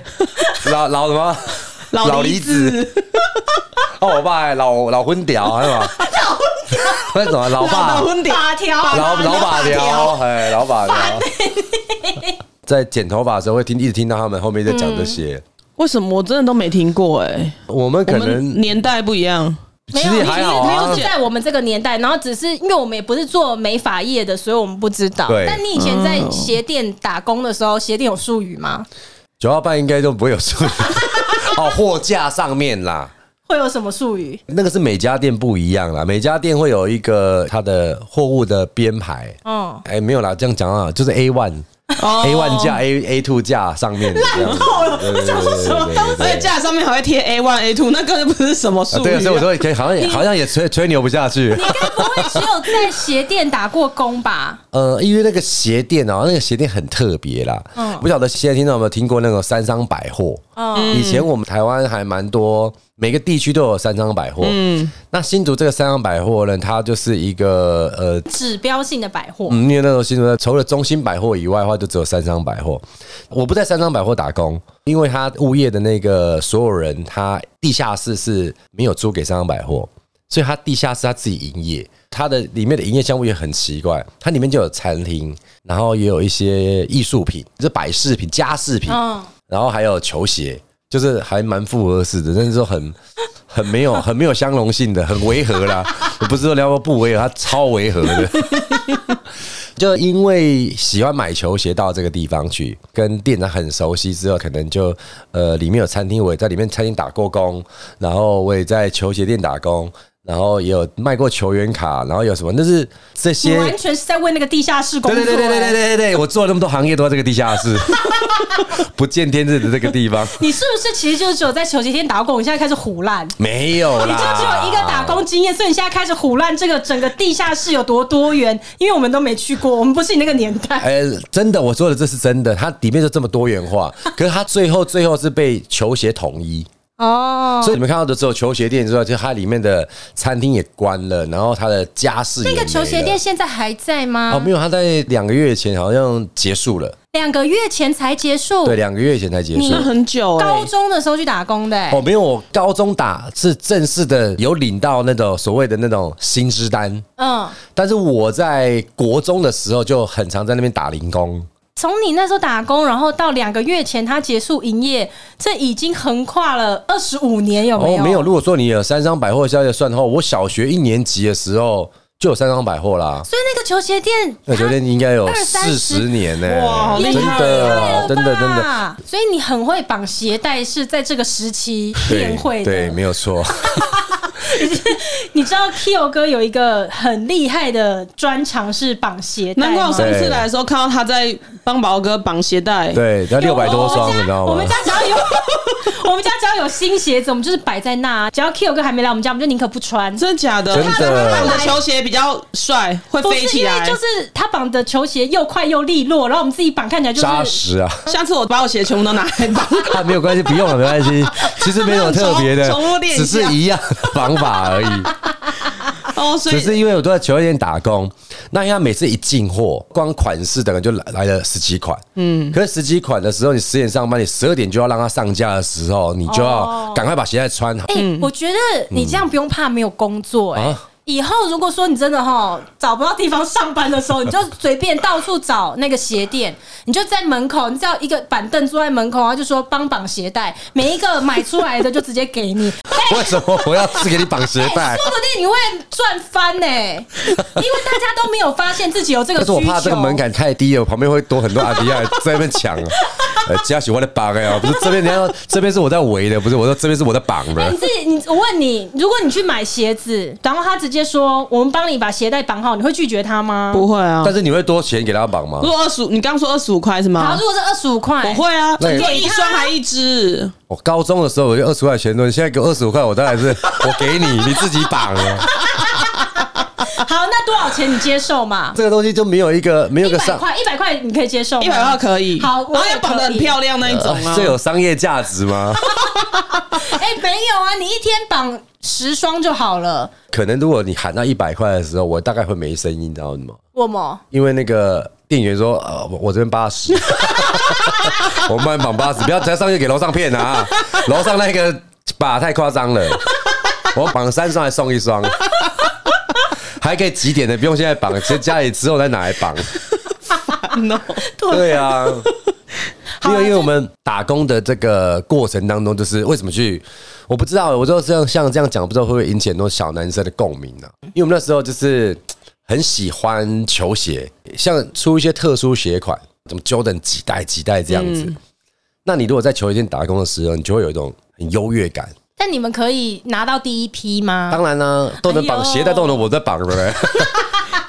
Speaker 3: 老老什么？
Speaker 2: 老
Speaker 3: 离
Speaker 2: 离
Speaker 3: 子。
Speaker 2: 子，
Speaker 3: 哦，我爸还老老婚屌，还有 嘛？那什么老爸
Speaker 2: 老婚点，
Speaker 1: 八条，啊
Speaker 3: 老老
Speaker 2: 爸
Speaker 3: 把条，哎，老把条。
Speaker 1: 欸
Speaker 3: 在剪头发的时候会听，一直听到他们后面在讲这
Speaker 1: 嗯
Speaker 3: 些。
Speaker 2: 为什么我真的都没听过？哎，
Speaker 3: 我们
Speaker 2: 我
Speaker 3: 可
Speaker 2: 们
Speaker 3: 能
Speaker 2: 年代不一样。
Speaker 1: 没
Speaker 3: 其
Speaker 1: 有，
Speaker 3: 实也
Speaker 1: 你
Speaker 3: 还好
Speaker 1: 你
Speaker 3: 啊
Speaker 1: 就是。在我们这个年代，然后只是因为我们也不是做美发业的，所以我们不知道。
Speaker 3: 对
Speaker 1: 但你以前在鞋店打工的时候，鞋店有术语吗？
Speaker 3: 九号半应该都不会有错。 哦，货架上面啦，
Speaker 1: 会有什么术语？
Speaker 3: 那个是每家店不一样啦，每家店会有一个它的货物的编排。
Speaker 1: 嗯，
Speaker 3: 哎，没有啦，这样讲啊，就是 A one、
Speaker 2: 哦
Speaker 3: A one 架、A A two 架上面的这样子。
Speaker 1: 透
Speaker 2: 啊
Speaker 1: 了，
Speaker 3: 对对
Speaker 1: 想说什么
Speaker 3: 对对
Speaker 1: 东西
Speaker 3: 对对
Speaker 2: 而且架上面还会贴 A one A two，那根本不是什么术
Speaker 3: 啊
Speaker 2: 语、
Speaker 3: 对，所以我说可以，好像也好像也吹吹牛不下去。
Speaker 1: 你 该不会只有在鞋店打过工吧？
Speaker 3: 呃，因为那个鞋店哦，那个鞋店很特别啦。不晓得现在听众有没有听过那个三商百货？
Speaker 1: 嗯
Speaker 3: 以前我们台湾还蛮多，每个地区都有三商百货。嗯，那新竹这个三商百货呢，它就是一个呃。
Speaker 1: 指标性的百货，
Speaker 3: 嗯，因为那时候新竹除了中心百货以外的话，就只有三商百货。我不在三商百货打工，因为它物业的那个所有人，他地下室是没有租给三商百货，所以它地下室它自己营业，它的里面的营业项目也很奇怪，它里面就有餐厅，然后也有一些艺术品，就是摆饰品、家饰品，
Speaker 1: 嗯
Speaker 3: 然后还有球鞋，就是还蛮复合式的，但是说很很没有很没有相容性的，很违和啦。我不是说聊过不违和，它超违和的。就因为喜欢买球鞋到这个地方去，跟店长很熟悉之后，可能就呃里面有餐厅，我也在里面餐厅打过工，然后我也在球鞋店打工，然后也有卖过球员卡，然后有什么，但是这
Speaker 1: 你
Speaker 3: 些
Speaker 1: 完全是在为那个地下室工
Speaker 3: 对
Speaker 1: 作、
Speaker 3: 对对对对对
Speaker 1: 欸
Speaker 3: 对对，我做了那么多行业都在这个地下室，不见天日的这个地方
Speaker 1: 你是不是其实就只有在球鞋店打工？你现在开始胡烂，你
Speaker 3: 没有啦，
Speaker 1: 就只有一个打工经验，所以你现在开始胡烂这个整个地下室有多多元？因为我们都没去过，我们不是你那个年代。
Speaker 3: 哎、真的，我说的这是真的，它里面就这么多 元化，可是它最后最后是被球鞋统一，
Speaker 1: 哦，
Speaker 3: 所以你们看到的只有球鞋店之外，就它里面的餐厅也关了，然后它的家饰也
Speaker 4: 那个球鞋
Speaker 3: 没了
Speaker 4: 店现在还在吗？
Speaker 3: 哦没有，它在两个月前好像结束了，
Speaker 4: 两个月前才结
Speaker 1: 哦
Speaker 4: 束。
Speaker 3: 对，两个月前才结束
Speaker 2: 那。很久哎、
Speaker 1: 高中的时候去打工的、欸
Speaker 3: 哦，没有，我高中打是正式的，有领到那种所谓的那种薪资单，
Speaker 1: 嗯，
Speaker 3: 但是我在国中的时候就很常在那边打零工，
Speaker 1: 从你那时候打工，然后到两个月前他结束营业，这已经横跨了二十五年，有没
Speaker 3: 哦，
Speaker 1: 有？
Speaker 3: 没有。如果说你有三商百货消费算的话，我小学一年级的时候就有三商百货
Speaker 1: 啊
Speaker 3: 啦。
Speaker 4: 所以那个球鞋店，
Speaker 3: 那酒店应该有
Speaker 4: 二三
Speaker 3: 四
Speaker 4: 十
Speaker 3: 十年呢、
Speaker 1: 啊
Speaker 2: 哇好
Speaker 3: 真
Speaker 2: 厉害
Speaker 3: 的，真的，真的，
Speaker 1: 的。所以你很会绑鞋带，是在这个时期练会
Speaker 3: 对对，
Speaker 1: 的。
Speaker 3: 没 有错。
Speaker 1: 你知道 Kyo 哥有一个很厉害的专长是绑鞋带吗，
Speaker 2: 难怪我上次来的时候看到他在帮宝哥绑鞋带，
Speaker 3: 对，要 六百多
Speaker 1: 我
Speaker 3: 双，
Speaker 1: 们家
Speaker 3: 你知道
Speaker 1: 我
Speaker 3: 吗
Speaker 1: 们？家只要有， 我们家只要有新鞋子，我们就是摆在那。只要 Kyo 哥还没来，我们家我们就宁可不穿。
Speaker 2: 真的假的？
Speaker 3: 真的
Speaker 2: 他的他的球鞋比较帅，会
Speaker 1: 不
Speaker 2: 飞
Speaker 1: 是
Speaker 2: 起
Speaker 1: 因为
Speaker 2: 来。
Speaker 1: 就是他绑的球鞋又快又利落，然后我们自己绑看起来就是
Speaker 3: 扎实啊，
Speaker 2: 下次我把我鞋全部都拿来 绑。
Speaker 3: 啊，没有关系，不用了，没关 系。其实没有特别的
Speaker 2: 重重复，练一
Speaker 3: 只
Speaker 2: 下
Speaker 3: 是一样的方法而已。
Speaker 2: 哦，所
Speaker 3: 只
Speaker 2: 以
Speaker 3: 是因为我都在球鞋店打工，那因为他每次一进货，光款式等就来来了十几款，嗯，可是十几款的时候，你十点上班，你十二点就要让它上架的时候，你就要赶快把鞋带穿好。
Speaker 1: 哎、
Speaker 2: 嗯
Speaker 1: 我觉得你这样不用怕没有工作、哎、
Speaker 3: 啊
Speaker 1: 以后如果说你真的哈找不到地方上班的时候，你就随便到处找那个鞋店，你就在门口，你只要一个板凳坐在门口，然后就说帮绑鞋带，每一个买出来的就直接给你，
Speaker 3: 为什么我要自给你绑鞋 带？
Speaker 1: 哎说不定你会赚翻呢、因为大家都没有发现自己有这个
Speaker 3: 但
Speaker 1: 需
Speaker 3: 是
Speaker 1: 求。
Speaker 3: 我怕这个门槛太低了，我旁边会多很多阿迪亚在那边抢。呃，加喜欢的绑哎呀，不是这边你要这边是我在围的，不是我说这边是我在绑
Speaker 1: 哎
Speaker 3: 的
Speaker 1: 你。自己，你我问你，如果你去买鞋子，然后他直接说我们帮你把鞋带绑好，你会拒绝他吗？
Speaker 2: 不会啊
Speaker 3: 但。是你会多钱给他绑吗
Speaker 2: 如？果二十五，你刚说二十五块是
Speaker 3: 啊
Speaker 1: 好，
Speaker 2: 吗
Speaker 1: 如？果是二十五块，
Speaker 2: 我会啊，
Speaker 3: 那也
Speaker 2: 给一双还一只。
Speaker 3: 我高中的时候我就二十块钱多，你现在给我二十五块，我当然是我给你，你自己绑啊。
Speaker 1: 好，那多少钱你接受嘛？
Speaker 3: 这个东西就没有一个没有
Speaker 1: 一
Speaker 3: 个
Speaker 1: 百
Speaker 3: 上，
Speaker 1: 块，一百块你可以接受吗，
Speaker 2: 一百块可以，
Speaker 1: 好我
Speaker 2: 然后
Speaker 1: 也
Speaker 2: 要绑得
Speaker 1: 可以
Speaker 2: 很漂亮那一种啊
Speaker 3: 这。有商业价值 吗？
Speaker 1: 哎、没有啊，你一天绑十双就好了。
Speaker 3: 可能如果你喊到一百块的时候，我大概会没声音，你知道吗？
Speaker 1: 我么？
Speaker 3: 因为那个店员说，呃，我我这边八 十，我们帮你绑八十，不要再上去给楼上骗啊！楼上那个把太夸张了，我绑三双还送一双，还可以几点的，不用现在绑，其实家里之后再拿来绑。
Speaker 2: no，
Speaker 3: 对啊，因为因为啊我们打工的这个过程当中，就是为什么去，我不知道，我就这样像这样讲，不知道会不会引起很多小男生的共鸣呢、因为我们那时候就是很喜欢球鞋，像出一些特殊鞋款，什么 Jordan 几代几代这样子。那你如果在球鞋店打工的时候，你就会有一种很优越感。
Speaker 1: 但你们可以拿到第一批吗？
Speaker 3: 当然啦、都能
Speaker 1: 哎
Speaker 3: 绑
Speaker 1: 呦
Speaker 3: 鞋带，都能我在绑的嘞。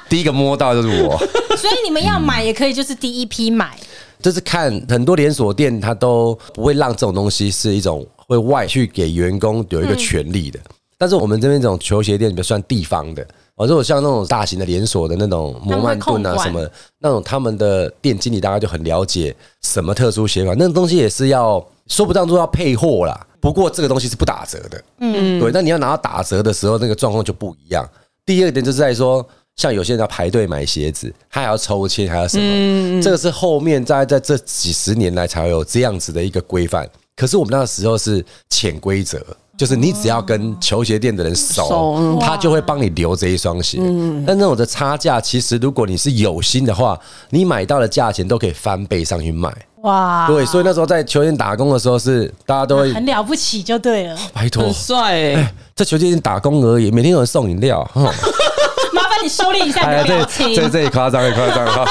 Speaker 3: 第一个摸到就是我。
Speaker 1: 所以你们要买也可以，就是第一批买。
Speaker 3: 就是看很多连锁店，它都不会让这种东西是一种会外去给员工有一个权利的。但是我们这边这种球鞋店，比如算地方的，哦，如果像那种大型的连锁的那种摩曼顿
Speaker 1: 他
Speaker 3: 啊
Speaker 1: 们会控管
Speaker 3: 什么那种，他们的店经理大概就很了解什么特殊鞋款，那种东西也是要说不当做要配货啦。不过这个东西是不打折的，嗯，对。那你要拿到打折的时候，那个状况就不一样。第二点就是在说，像有些人要排队买鞋子，他还要抽签，还要
Speaker 2: 嗯
Speaker 3: 什么？这个是后面在在这几十年来才有这样子的一个规范。可是我们那时候是潜规则，就是你只要跟球鞋店的人
Speaker 2: 熟
Speaker 3: 熟
Speaker 2: 嗯，
Speaker 3: 他就会帮你留这一双鞋。但那种的差价，其实如果你是有心的话，你买到的价钱都可以翻倍上去卖。
Speaker 1: 哇，
Speaker 2: 啊
Speaker 3: 对，所以那时候在球鞋店打工的时候是，大家都会
Speaker 1: 很了不起就对了。
Speaker 3: 拜托
Speaker 2: 很，帅欸，
Speaker 3: 在球鞋店打工而已，每天有人送饮料。哼
Speaker 1: 麻烦你收敛一下你的
Speaker 3: 哎这
Speaker 1: 表情，
Speaker 3: 这这里夸张，夸张 哈，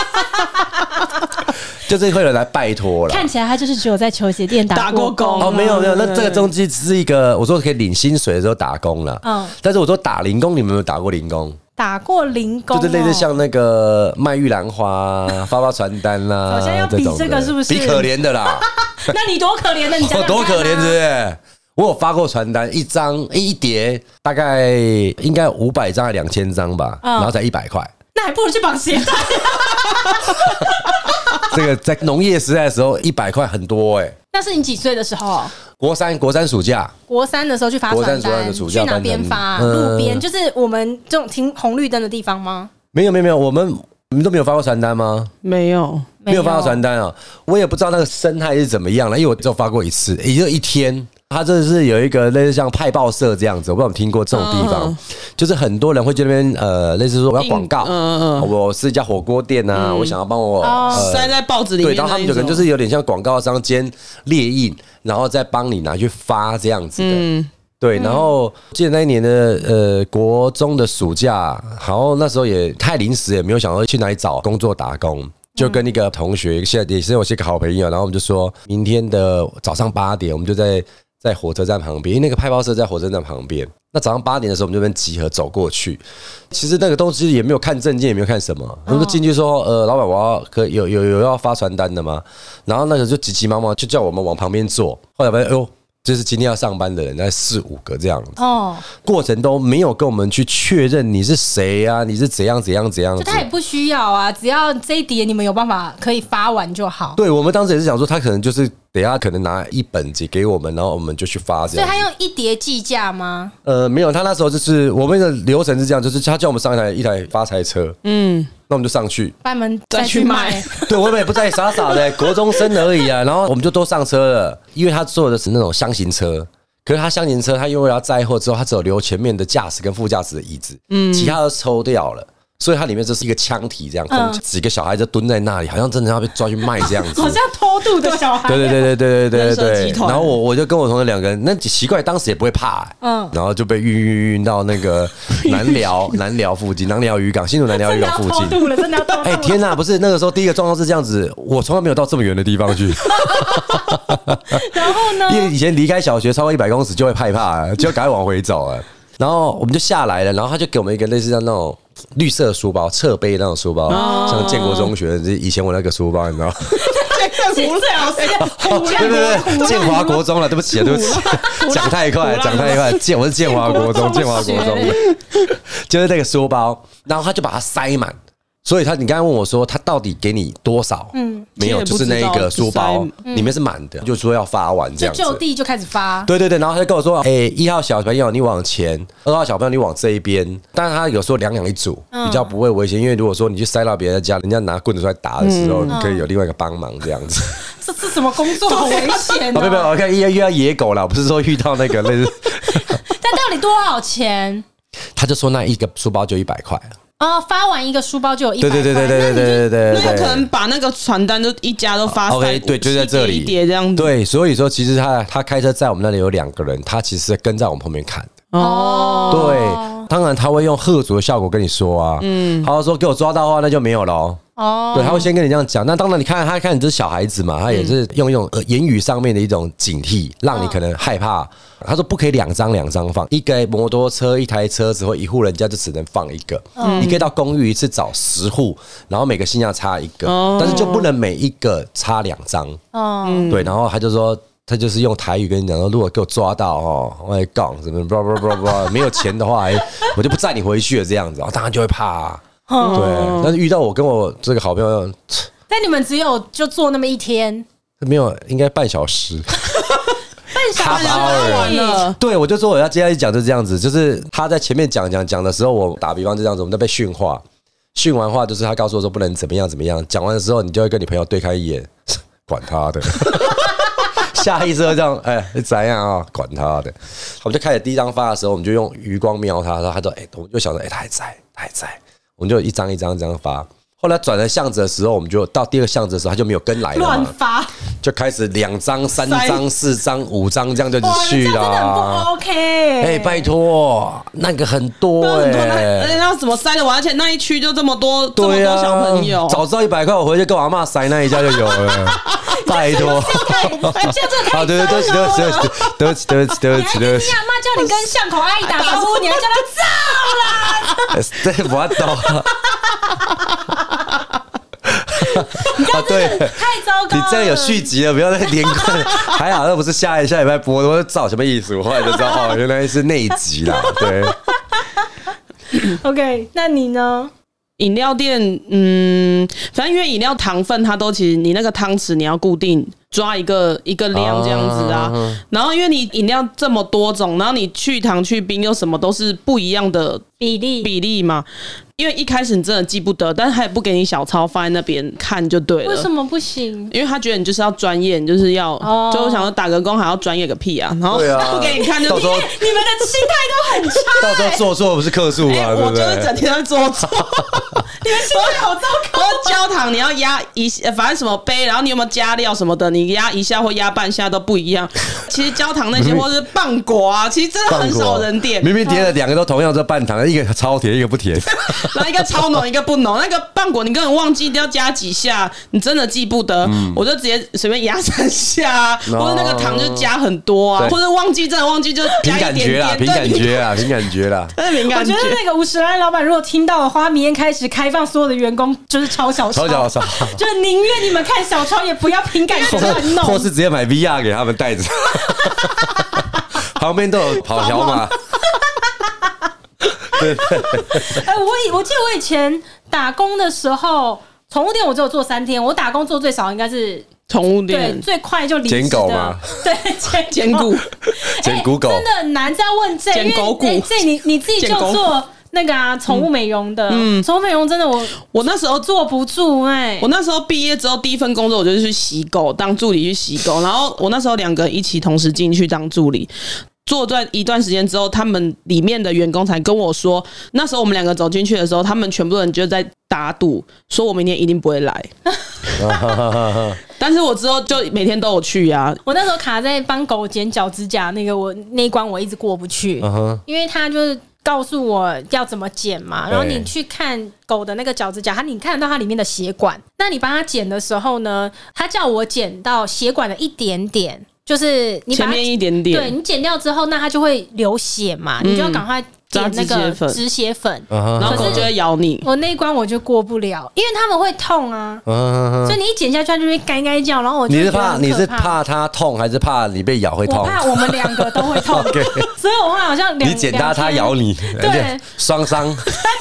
Speaker 3: 就是会有人来拜托了。
Speaker 1: 看嗯起来他就是只有在球鞋店
Speaker 2: 打
Speaker 1: 过
Speaker 2: 过工
Speaker 3: 哦，没有没有，那这个中间只是一个，我说可以领薪水的时候打工了。嗯
Speaker 1: 嗯，
Speaker 3: 但是我说打零工，你们有没有打过零工？
Speaker 1: 打过零工、哦，
Speaker 3: 就是类似像那个卖玉兰花 啊、发发传单啦，
Speaker 1: 好像要比
Speaker 3: 这种的
Speaker 1: 这个是不是
Speaker 3: 比可怜的啦？
Speaker 1: 那你多可怜的，你讲
Speaker 3: 我
Speaker 1: 讲
Speaker 3: 多可怜，是
Speaker 1: 看
Speaker 3: 不
Speaker 1: 啊
Speaker 3: 是？我有发过传单，一张一叠，大概应该五百张还两千张吧，
Speaker 1: 嗯
Speaker 3: 然后才一百块。
Speaker 1: 那还不如去绑鞋带。
Speaker 3: 这个在农业时代的时候，一百块很多哎、
Speaker 1: 那是你几岁的时候？
Speaker 3: 国三国三暑假，
Speaker 1: 国三的时候去发
Speaker 3: 国三
Speaker 1: 传
Speaker 3: 国三的
Speaker 1: 单，
Speaker 3: 暑假
Speaker 1: 去哪
Speaker 3: 班
Speaker 1: 边
Speaker 3: 的
Speaker 1: 发啊？
Speaker 3: 嗯
Speaker 1: 路边，就是我们这种停红绿灯的地方吗？
Speaker 3: 没有没有没有，我们你们都没有发过传单吗？
Speaker 2: 没有，
Speaker 3: 没有发过传单啊、我也不知道那个生态是怎么样了，因为我只有发过一次，也就一天。它这是有一个类似像派报社这样子，我不知道你听过这种地方，就是很多人会去那边呃，类似说我要广告，
Speaker 2: 嗯嗯嗯
Speaker 3: 我是一家火锅店啊，我想要帮我、
Speaker 1: 哦
Speaker 3: 呃
Speaker 2: 塞在报纸里
Speaker 3: 对，
Speaker 2: 面那一种，
Speaker 3: 然后他们有可能就是有点像广告商兼列印，然后再帮你拿去发这样子的。
Speaker 2: 嗯
Speaker 3: 对，然后记得那一年的呃国中的暑假，然后那时候也太临时，也没有想到去哪里找工作打工，就跟一个同学，现在也是我是一个好朋友，然后我们就说明天的早上八点，我们就在在火车站旁边，因为那个派报社在火车站旁边。那早上八点的时候，我们就边集合走过去。其实那个东西也没有看证件，也没有看什么，我们就进去说，呃，老板，我要可有有有要发传单的吗？然后那个就急急忙忙就叫我们往旁边坐，后来发现，哎呦，就是今天要上班的人，大概四五个这样子，
Speaker 1: 哦，
Speaker 3: 过程都没有跟我们去确认你是谁啊，你是怎样怎样怎样
Speaker 1: 就
Speaker 3: 子。
Speaker 1: 他也不需要啊，只要这一叠你们有办法可以发完就好。
Speaker 3: 对我们当时也是想说，他可能就是等一下可能拿一本子给我们，然后我们就去发这
Speaker 1: 所以
Speaker 3: 样子。
Speaker 1: 他用一叠计价吗？
Speaker 3: 呃，没有，他那时候就是我们的流程是这样，就是他叫我们上一台一台发财车，嗯，那我们就上去，
Speaker 1: 班门
Speaker 2: 再去
Speaker 1: 去
Speaker 2: 卖
Speaker 1: 卖，
Speaker 3: 对，我们也不在意傻傻的、国中生而已啊。然后我们就都上车了，因为他坐的是那种箱型车。可是他箱型车，他因为要载货之后，他只有留前面的驾驶跟副驾驶的椅子，嗯，其他都抽掉了，所以它里面就是一个枪体这样，空气几个小孩子蹲在那里，好像真的要被抓去卖这样 子，
Speaker 1: 好像偷渡的小 孩。
Speaker 3: 对对对对对对对
Speaker 2: 人蛇
Speaker 3: 对
Speaker 2: 集
Speaker 3: 对。
Speaker 2: 团
Speaker 3: 然后我我就跟我同学两个人，那奇怪，当时也不会怕、欸，嗯
Speaker 1: 嗯，
Speaker 3: 然后就被运运运到那个南寮南寮附近，南寮渔港，新竹南寮
Speaker 1: 真
Speaker 3: 渔
Speaker 1: 的要
Speaker 3: 港附
Speaker 1: 偷
Speaker 3: 近。
Speaker 1: 渡了，真的要偷渡了。
Speaker 3: 哎、天哪！不是那个时候第一个状况是这样子，我从来没有到这么远的地方去，
Speaker 1: 然后呢？
Speaker 3: 因为以前离开小学超过一百公尺就会害怕、就要赶快往回走啊。然后我们就下来了，然后他就给我们一个类似像那种绿色的书包，侧背那种书包，像建国中学以前我那个书包，你知道。
Speaker 1: 最好是
Speaker 3: 哦，对对对，建华国中了，对不起啊，对不起， 讲太快，讲太快，建我是建华国中，建
Speaker 1: 建
Speaker 3: 华
Speaker 1: 国中
Speaker 3: 国中
Speaker 1: 学，
Speaker 3: 就是那个书包，然后他就把它塞满。所以他，你刚才问我说他到底给你多少？嗯，没有，就是那一个书包里面是满嗯的，就说要发完这
Speaker 1: 就
Speaker 3: 样子。
Speaker 1: 就地就开始发。
Speaker 3: 对对对，然后他就跟我说，哎、一号小朋友你往前，二号小朋友你往这一边。但是他有时候两两一组，比较不会危险，因为如果说你去塞到别人家，人家拿棍子出来打的时候，你可以有另外一个帮忙这样子。
Speaker 1: 这是什么工作？好危险
Speaker 3: 啊，没有没有，
Speaker 1: 哦！
Speaker 3: 我看遇到遇到野狗了，我不是说遇到那个类似，
Speaker 1: 但到底多少钱？
Speaker 3: 他就说那一个书包就一百块，
Speaker 1: 哦，发完一个书包就有一百块。
Speaker 3: 对对对对对对对对
Speaker 2: 那
Speaker 3: 对
Speaker 2: 他
Speaker 3: 对
Speaker 2: 可能把那个传单就一家都发
Speaker 3: ，OK，
Speaker 2: 散，
Speaker 3: 对，就在这里，
Speaker 2: 一叠这样子，，
Speaker 3: 对，所以说其实他他开车在我们那里有两个人，他其实跟在我们旁边看。
Speaker 2: 哦，
Speaker 3: 对，当然他会用喝足的效果跟你说啊，嗯，他就说给我抓到的话，那就没有了哦。
Speaker 1: 哦，
Speaker 3: 对，他会先跟你这样讲。那当然，你看他看你这是小孩子嘛，他也是用一种呃言语上面的一种警惕，让你可能害怕。他说不可以两张两张放，一个摩托车、一台车子或一户人家就只能放一个。你可以到公寓一次找十户，然后每个信要插一个，但是就不能每一个插两张。
Speaker 1: 哦，
Speaker 3: 对，然后他就说。他就是用台语跟你讲说，如果给我抓到哦，我来杠什么，不不不不，没有钱的话，哎我就不载你回去了这样子，然后当然就会怕、啊。对，但是遇到我跟我这个好朋友，
Speaker 1: 但你们只有就做那么一天，
Speaker 3: 没有，应该半小时。
Speaker 1: 半小时
Speaker 3: 好
Speaker 2: 发
Speaker 1: 而
Speaker 2: 完
Speaker 1: 已。
Speaker 2: 了，
Speaker 3: 对，我就说我要接下来讲就是这样子，就是他在前面讲讲讲的时候，我打比方就这样子，我们在被训话，训完话就是他告诉我说不能怎么样怎么样，讲完的时候你就会跟你朋友对开一眼，管他的， 下意识会这样，哎、怎样啊？管他的！我们就开始第一张发的时候，我们就用余光瞄他，然后他说：“哎、我们就想着，哎、他还在，他还在。”我们就一张一张这样发。后来转了巷子的时候，我们就到第二个巷子的时候，他就没有跟来了
Speaker 1: 乱
Speaker 3: 嘛，
Speaker 1: 发，
Speaker 3: 就开始两张、三
Speaker 2: 塞
Speaker 3: 张、四张、五张这样就一直
Speaker 1: 哇，这
Speaker 3: 去
Speaker 1: 样真
Speaker 3: 啦。
Speaker 1: 的很不 OK。
Speaker 3: 啊哎、拜托，那个很多
Speaker 2: 那
Speaker 3: 哎、
Speaker 2: 很多那那怎么塞得完？而且那一区就这么多，这么
Speaker 3: 对呀、
Speaker 2: 多小朋友，
Speaker 3: 早知道一百块，我回去跟我阿妈塞那一家就有 了。拜托，
Speaker 1: 这样真的太
Speaker 2: 哦
Speaker 3: 啊，对对对不起，对不起，对不起，对不起，对不起，对不起，对不啊起
Speaker 1: 你，阿妈叫你跟巷口阿姨打招呼，你还叫她走啦。
Speaker 3: 对不起，哎我懂 了。啊，对，
Speaker 4: 太糟糕了。
Speaker 3: 你这样有续集了，不要再连贯了。还好那不是下一下礼拜播的，我找什么意思？我后来就知道，哦，原来是那一集 啦。对，
Speaker 1: OK，那你呢？
Speaker 2: 饮料店，嗯，反正因为饮料糖分它都其实你那个汤匙你要固定抓一个一个量这样子啊，
Speaker 3: 啊
Speaker 2: 然后因为你饮料这么多种，然后你去糖去冰又什么都是不一样的
Speaker 1: 比例？
Speaker 2: 比例嘛，因为一开始你真的记不得，但是他也不给你小抄放在那边看就对了。
Speaker 1: 为什么不行？
Speaker 2: 因为他觉得你就是要专业，你就是要，
Speaker 1: 哦
Speaker 2: 就我想说打个工还要专业个屁啊！然后
Speaker 3: 对 啊
Speaker 2: 不给你看就
Speaker 3: 到时候
Speaker 1: 你们的心态都很差，
Speaker 3: 到时候做错不是克数
Speaker 2: 哎、
Speaker 3: 嘛，对
Speaker 2: 我
Speaker 3: 不
Speaker 2: 就是整
Speaker 3: 对？
Speaker 2: 天在做错。
Speaker 1: 你们心态好糟
Speaker 2: 我
Speaker 1: 糕。
Speaker 2: 说焦糖你要压一下，呃反正什么杯，然后你有没有加料什么的，你压一下或压半下都不一样。其实焦糖那
Speaker 3: 嗯
Speaker 2: 些或者是棒果啊，其实真的很少人点。
Speaker 3: 明明点了两个都同样这半糖，一个超甜，一个不甜。
Speaker 2: 然后一个超浓，一个不浓。那个棒果你根本忘记要加几下，你真的记不得。我就直接随便压三下、啊，
Speaker 3: 嗯 哦
Speaker 2: 或者那个糖就加很多啊，
Speaker 3: 对
Speaker 2: 或者忘记真的忘记就
Speaker 3: 凭
Speaker 2: 加一
Speaker 3: 感
Speaker 2: 点
Speaker 3: 觉啦，
Speaker 2: 点，
Speaker 3: 凭
Speaker 2: 对，
Speaker 3: 感觉啦，凭 感觉啦。
Speaker 2: 真的凭
Speaker 1: 我
Speaker 2: 感
Speaker 1: 觉
Speaker 2: 觉。
Speaker 1: 得那个五十万老板如果听到的话，明天开始开放所有的员工 就是抄小抄，
Speaker 3: 超 小少，
Speaker 1: 就是宁愿你们看小抄，也不要凭感觉
Speaker 3: 或
Speaker 1: 很浓。
Speaker 3: 或是直接买 VR 给他 们带着，旁边都有跑条码。 对，
Speaker 1: 哎、我以我记得我以前打工的时候，宠物店我只有做三天，我打工做最少应该是
Speaker 2: 宠物
Speaker 1: 对
Speaker 2: 店
Speaker 1: 最哦快就离职的
Speaker 3: 捡狗吗？
Speaker 1: 对，捡 哎
Speaker 2: 兼顾，
Speaker 3: 捡骨狗
Speaker 1: 哎真的很难。这样问这，
Speaker 2: 捡
Speaker 1: 因为
Speaker 2: 狗骨
Speaker 1: 哎这你你自己就
Speaker 2: 捡狗
Speaker 1: 做那个啊，宠物美容的，
Speaker 3: 嗯
Speaker 1: 宠物美容真的我
Speaker 2: 我那时候做
Speaker 1: 坐不住哎、
Speaker 2: 我那时候毕业之后第一份工作，我就是去洗狗，当助理去洗狗。然后我那时候两个人一起同时进去当助理。做段一段时间之后，他们里面的员工才跟我说，那时候我们两个走进去的时候，他们全部人就在打赌，说我明天一定不会 来。但是我之后就每天都有去啊呀、
Speaker 1: 我那时候卡在帮狗剪脚指甲那个我那一关我一直过不去，
Speaker 3: 嗯哼
Speaker 1: 因为他就是告诉我要怎么剪嘛，然后
Speaker 3: 对
Speaker 1: 你去看狗的那个脚指甲，它你看得到它里面的血管，那你帮它剪的时候呢，他叫我剪到血管的一点点，就是你把
Speaker 2: 前
Speaker 1: 它
Speaker 2: 面一点
Speaker 1: 对
Speaker 2: 点，
Speaker 1: 你剪掉之后，那它就会流血嘛，你就要赶快点那
Speaker 2: 扎止血
Speaker 1: 个
Speaker 2: 粉
Speaker 1: 止血粉。
Speaker 3: 嗯哼
Speaker 2: 然后
Speaker 1: 可
Speaker 2: 狗
Speaker 1: 是
Speaker 2: 就会咬你。
Speaker 1: 我那一关我就过不了，因为他们会痛啊，
Speaker 3: 嗯哼
Speaker 1: 所以你一剪下去，它就会干干叫，然后我就
Speaker 3: 你是
Speaker 1: 觉得
Speaker 3: 怕
Speaker 1: 很
Speaker 3: 你
Speaker 1: 可
Speaker 3: 是
Speaker 1: 怕
Speaker 3: 怕它痛，还是怕你被咬会
Speaker 1: 我
Speaker 3: 痛？
Speaker 1: 怕我们两个都会 痛
Speaker 3: OK
Speaker 1: 所以我后来好像两
Speaker 3: 你剪它，它咬，你，而且 双伤，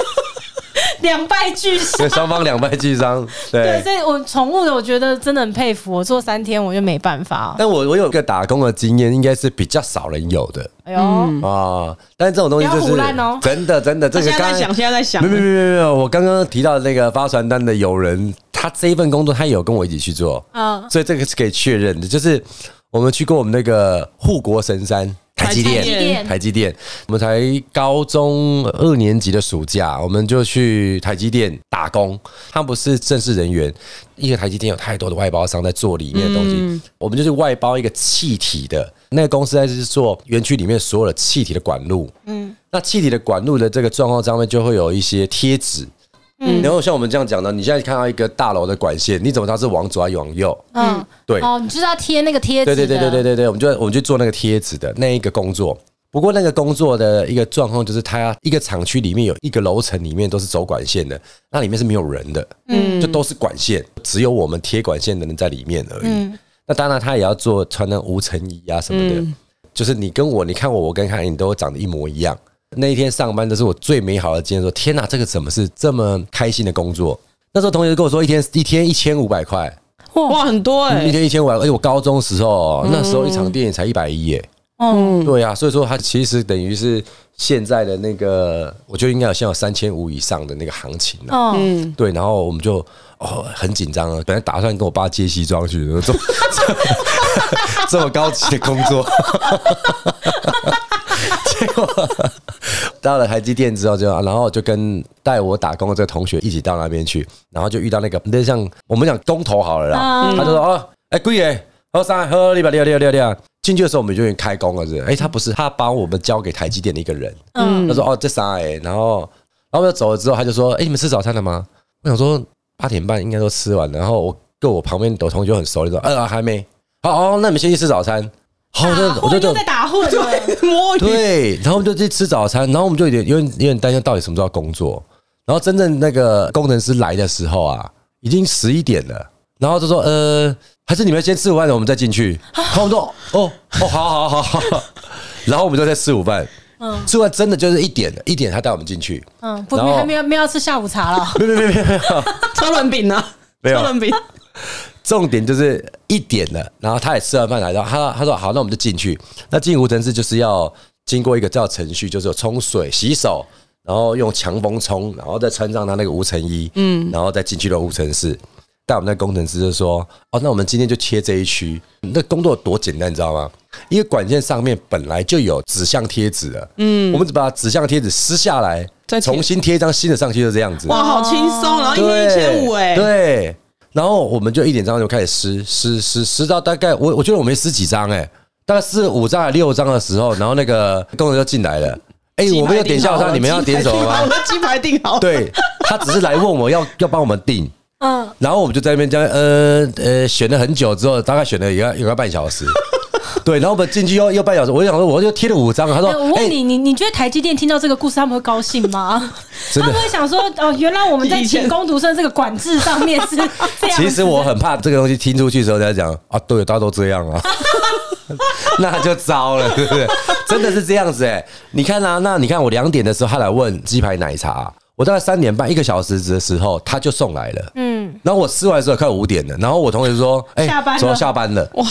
Speaker 1: 两天两败俱伤。
Speaker 3: 对，双方两败俱伤。
Speaker 1: 对，
Speaker 3: 对，
Speaker 1: 所以我宠物的，我觉得真的很佩服。我做三天我就没办法，
Speaker 3: 但我我有一个打工的经验，应该是比较少人有的
Speaker 1: 哎呦，
Speaker 3: 啊。但是这种东西就
Speaker 1: 不要胡
Speaker 3: 是
Speaker 1: 乱哦
Speaker 3: 真的真的，这
Speaker 2: 我
Speaker 3: 个
Speaker 2: 现在
Speaker 3: 刚
Speaker 2: 在
Speaker 3: 才
Speaker 2: 想，现在在想
Speaker 3: 没，有没有没有没有，我刚刚提到的那个发传单的友人，他这一份工作他也有跟我一起去做，
Speaker 1: 嗯，
Speaker 3: 所以这个是可以确认的。就是我们去过我们那个护国神山台积
Speaker 2: 台积
Speaker 3: 电，
Speaker 1: 电
Speaker 3: 台积电，我们才高中二年级的暑假，我们就去台积电打工。他不是正式人员，因为台积电有太多的外包商在做里面的东西，
Speaker 2: 嗯
Speaker 3: 我们就是外包一个气体的那个公司，在是做园区里面所有的气体的管路。
Speaker 2: 嗯
Speaker 3: 那气体的管路的这个状况上面就会有一些贴纸。
Speaker 2: 嗯
Speaker 3: 然后像我们这样讲的，你现在看到一个大楼的管线，你怎么知道是往左还是往右？
Speaker 1: 嗯，
Speaker 3: 对
Speaker 1: 哦，你就是要贴那个贴
Speaker 3: 对
Speaker 1: 纸，
Speaker 3: 对对对对，对对，我们就我们就做那个贴纸的那一个工作。不过那个工作的一个状况就是，它一个厂区里面有一个楼层里面都是走管线的，那里面是没有人的，嗯，就都是管线，只有我们贴管线的人在里面而已。
Speaker 1: 嗯
Speaker 3: 那当然，他也要做穿那无尘衣啊什么的，就是你跟我，你看我，我跟看你都长得一模一样。那一天上班，这是我最美好的经验。说天哪，这个怎么是这么开心的工作？那时候同学跟我说，一天一天一千五百块，
Speaker 2: 哇，很多哎、
Speaker 3: 一天一千五百，而且我高中时候哦，那时候一场电影才一百一耶，
Speaker 1: 嗯，
Speaker 3: 对啊，所以说它其实等于是现在的那个，我觉得应该有现在有三千五以上的那个行情了、
Speaker 1: 哦，
Speaker 3: 对，然后我们就哦很紧张啊，本来打算跟我爸借西装去的，这么 这么高级的工作， 结果到了台积电之后就，然后就跟带我打工的这个同学一起到那边去，然后就遇到那个那像我们讲工头好了
Speaker 1: 啊
Speaker 3: 啦，
Speaker 1: 嗯
Speaker 3: 他就说哦，哎贵耶，喝三喝六百六六六六。进去的时候我们就已经开工了，是不是？哎、他不是，他把我们交给台积电的一个人，
Speaker 1: 嗯
Speaker 3: 他说哦这啥哎，然后然后我就走了之后，他就说哎、你们吃早餐了吗？我想说八点半应该都吃完了，然后我跟我旁边的同学很熟，就说呃还没，好哦那你们先去吃早餐。好，我就
Speaker 1: 打
Speaker 3: 我
Speaker 1: 混
Speaker 3: 就
Speaker 1: 啊哦又在
Speaker 3: 就
Speaker 1: 打混了，
Speaker 2: 摸鱼
Speaker 3: 对，然后我们就去吃早餐，然后我们就有点有点有点担心到底什么时候要工作。然后真正那个工程师来的时候啊，已经十一点了，然后就说呃，还是你们先吃午饭，我们再进 去。然后我们说哦哦，好好好好。然后我们就在吃午饭，吃完真的就是一点了，一点他带我们进去，
Speaker 1: 嗯，不，
Speaker 3: 然后
Speaker 1: 还没有没有要吃下午 茶了，
Speaker 3: 没有没有没有没有，
Speaker 2: 车轮饼呢？
Speaker 3: 没有
Speaker 2: 车轮饼，
Speaker 3: 重点就是一点了，然后他也吃完饭来到，他他说好，那我们就进去。那进无尘室就是要经过一个叫程序，就是有冲水、洗手，然后用强风冲，然后再穿上他那个无尘衣，嗯，然后再进去了无尘室。但我们那工程师就说：“哦，那我们今天就切这一区。”那工作有多简单，你知道吗？因为管线上面本来就有纸箱贴纸了，嗯，我们只把纸箱贴纸撕下来
Speaker 2: 再，贴
Speaker 3: 重新贴一张新的上去，就这样子。
Speaker 2: 哇，好轻松，然后一天一千五，哎，
Speaker 3: 对，然后我们就一点张就开始撕撕撕撕到大概我我觉得我没撕几张哎、大概四五张还六张的时候，然后那个工人就进来了，哎、我们要点下午茶，你们要点什么
Speaker 2: 我
Speaker 3: 吗？
Speaker 2: 的鸡排订好了，
Speaker 3: 对他只是来问我要要帮我们订，
Speaker 1: 嗯，
Speaker 3: 然后我们就在那边这样呃呃选了很久之后，大概选了有个有个半小时。对，然后我们进去又又半小时，我就想说，我就贴了五张，他说
Speaker 1: 哎，我
Speaker 3: 哎、
Speaker 1: 问你，你你觉得台积电听到这个故事，他们会高兴吗？
Speaker 3: 哎真
Speaker 1: 他
Speaker 3: 的
Speaker 1: 们会想说，哦，原来我们在
Speaker 2: 以前
Speaker 1: 请工读生这个管制上面是这样子的。
Speaker 3: 其实我很怕这个东西听出去之后，大家讲啊，对，大家都这样啊，那就糟了，对不对？真的是这样子哎、你看啊，那你看我两点的时候，他来问鸡排奶茶，我大概三点半一个小时的时候，他就送来了。嗯，然后我吃完的时候快五点了，然后我同学说，哎、
Speaker 1: 下班了
Speaker 3: 怎么下班了？哇，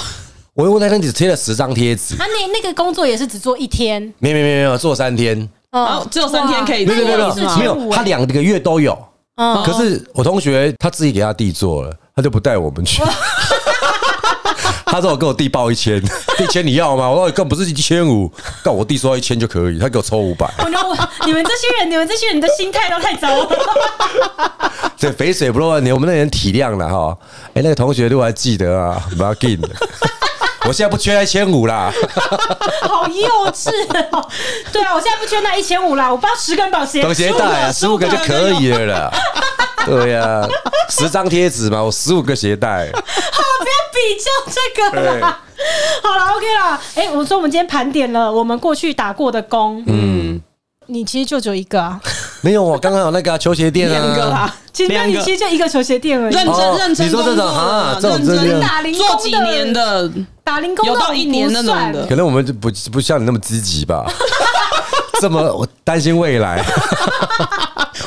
Speaker 3: 我用那天只贴了十张贴纸，
Speaker 1: 他那那个工作也是只做一天，
Speaker 3: 没有没有没有没有做三天，
Speaker 2: 然后只有三天可以
Speaker 3: 没有没有没
Speaker 1: 那
Speaker 3: 有
Speaker 1: 也是
Speaker 3: 没
Speaker 1: 千
Speaker 3: 有，
Speaker 1: 五哎
Speaker 3: 他两个月都有。
Speaker 1: 嗯
Speaker 3: 可是我同学他自己给他弟做了，他就不带我们去。 他说我跟我弟报一千， 一千你要吗？我说更不是一千五，告我弟说一千就可以，他给我抽五百。
Speaker 1: 我就我你们这些人，你们这些人的心态都太糟了。
Speaker 3: 对，肥水不落你，我们那人体谅了哈。哎、那个同学如果还记得啊，不要紧。 我现在不缺一千五啦，
Speaker 1: 好幼稚哦！对啊，我现在不缺那一千五啦，我包十根保鲜
Speaker 3: 等鞋带 啊，十
Speaker 2: 15
Speaker 3: 五
Speaker 2: 个
Speaker 3: 个就可以了啦。对呀、十张贴纸嘛，我十五个鞋带。
Speaker 1: 哦不要比较这个啦。好了，OK 啦。哎、我说我们今天盘点了我们过去打过的工，嗯，你其实就只有一个啊，
Speaker 3: 没有，我刚刚有那个、啊、球鞋店
Speaker 2: 两个
Speaker 3: 啊，
Speaker 2: 啦，
Speaker 1: 其实那
Speaker 2: 两
Speaker 1: 你
Speaker 2: 个
Speaker 1: 其实就一个球鞋店而已，
Speaker 2: 认真
Speaker 3: 哦
Speaker 2: 认真
Speaker 3: 你说这
Speaker 2: 工作
Speaker 3: 种啊
Speaker 2: 的
Speaker 3: 这种
Speaker 2: 认
Speaker 3: 真
Speaker 2: 真
Speaker 3: 的
Speaker 1: 打零工的
Speaker 2: 做几年的，
Speaker 1: 打零工
Speaker 2: 有
Speaker 1: 那
Speaker 2: 到
Speaker 1: 种
Speaker 2: 一年那
Speaker 1: 不
Speaker 2: 种
Speaker 1: 算
Speaker 2: 的
Speaker 3: 可能我们就不不像你那么积极吧， 这么我担心 未来。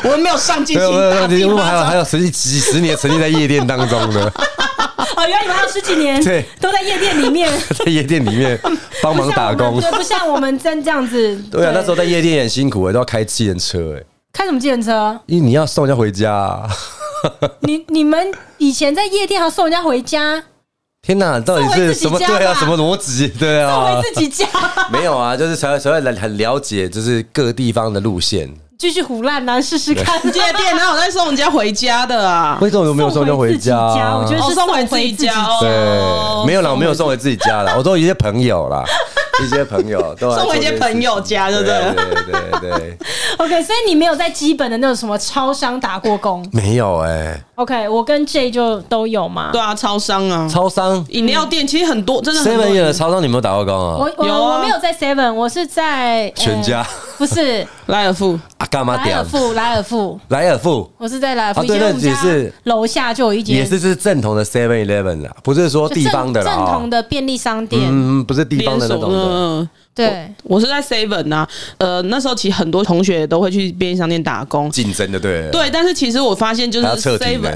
Speaker 2: 我们没有上进
Speaker 3: 对，
Speaker 2: 心，
Speaker 3: 我
Speaker 2: 打
Speaker 3: 你
Speaker 2: 屁巴
Speaker 3: 还有
Speaker 2: 掌
Speaker 3: 还有十几几十年沉浸在夜店当中的，
Speaker 1: 哦，原来你们还有十几年
Speaker 3: 对
Speaker 1: 都在夜店里 面
Speaker 3: 在夜店里面帮忙打
Speaker 1: 不像我们
Speaker 3: 工。
Speaker 1: 对，不像我们真这样子。
Speaker 3: 对啊，那时候在夜店也很辛苦欸，都要开七人车哎，
Speaker 1: 开什么计程车？
Speaker 3: 因为你要送人家回家啊。
Speaker 1: 你你们以前在夜店还送人家回家，
Speaker 3: 天哪，到底是什
Speaker 1: 送回
Speaker 3: 么？
Speaker 1: 自己家吧
Speaker 3: 对啊，什么逻辑？对
Speaker 1: 送
Speaker 3: 啊
Speaker 1: 回，自己家，
Speaker 3: 没有啊，就是才才会很很了解，就是各地方的路线。
Speaker 1: 继续胡乱啊，试试看。
Speaker 2: 夜 店，哪有在送人家回家的 啊？
Speaker 3: 为什么都没有送人家回家
Speaker 1: 送
Speaker 3: 啊？
Speaker 1: 回自己家我觉得
Speaker 2: 哦，
Speaker 1: 是
Speaker 2: 送回
Speaker 1: 送
Speaker 2: 自
Speaker 1: 回
Speaker 2: 己
Speaker 1: 自己
Speaker 2: 家
Speaker 1: 家
Speaker 2: 哦，
Speaker 3: 对，没有啦，我没有
Speaker 2: 送
Speaker 3: 送回自己 家啦，我都有一些朋友啦，一些朋友都来
Speaker 2: 送回一些
Speaker 3: 做这件事
Speaker 2: 朋友家对
Speaker 3: 情
Speaker 2: 不
Speaker 3: 对对对对对，
Speaker 1: OK，所以你没有在基本的那种什么超商打过 工。
Speaker 3: 没有哎，
Speaker 1: OK，我跟 J 就都有嘛。
Speaker 2: 对啊，超商啊，
Speaker 3: 超商
Speaker 2: 饮料店其实很多，真的 很
Speaker 3: seven
Speaker 2: 多
Speaker 3: 也的超商，你有没有打过工啊？
Speaker 1: 我我、
Speaker 2: 有啊
Speaker 1: 我没有在 Seven，我是在呃
Speaker 3: 全家
Speaker 1: 不是，
Speaker 2: 莱哎尔富
Speaker 3: 啊，干嘛
Speaker 1: 莱尔
Speaker 3: 点？
Speaker 1: 富，莱尔富，
Speaker 3: 莱尔富
Speaker 1: 我是在莱尔富，
Speaker 3: 啊
Speaker 1: 以
Speaker 3: 对
Speaker 1: 前我们
Speaker 3: 那也是
Speaker 1: 家楼下就有一间，
Speaker 3: 也是是正统的 Seven Eleven 啦，不是说
Speaker 1: 就
Speaker 3: 地方的啦，
Speaker 1: 正正统
Speaker 3: 的，
Speaker 1: 的便利商店，
Speaker 3: 嗯，不是地方的那种的。
Speaker 2: 嗯，
Speaker 1: 对，
Speaker 2: 我是在 Seven 呐、呃，那时候其实很多同学都会去便利商店打工。
Speaker 3: 竞争的对了，
Speaker 2: 对，但是其实我发现就是
Speaker 3: 还要测体
Speaker 2: Seven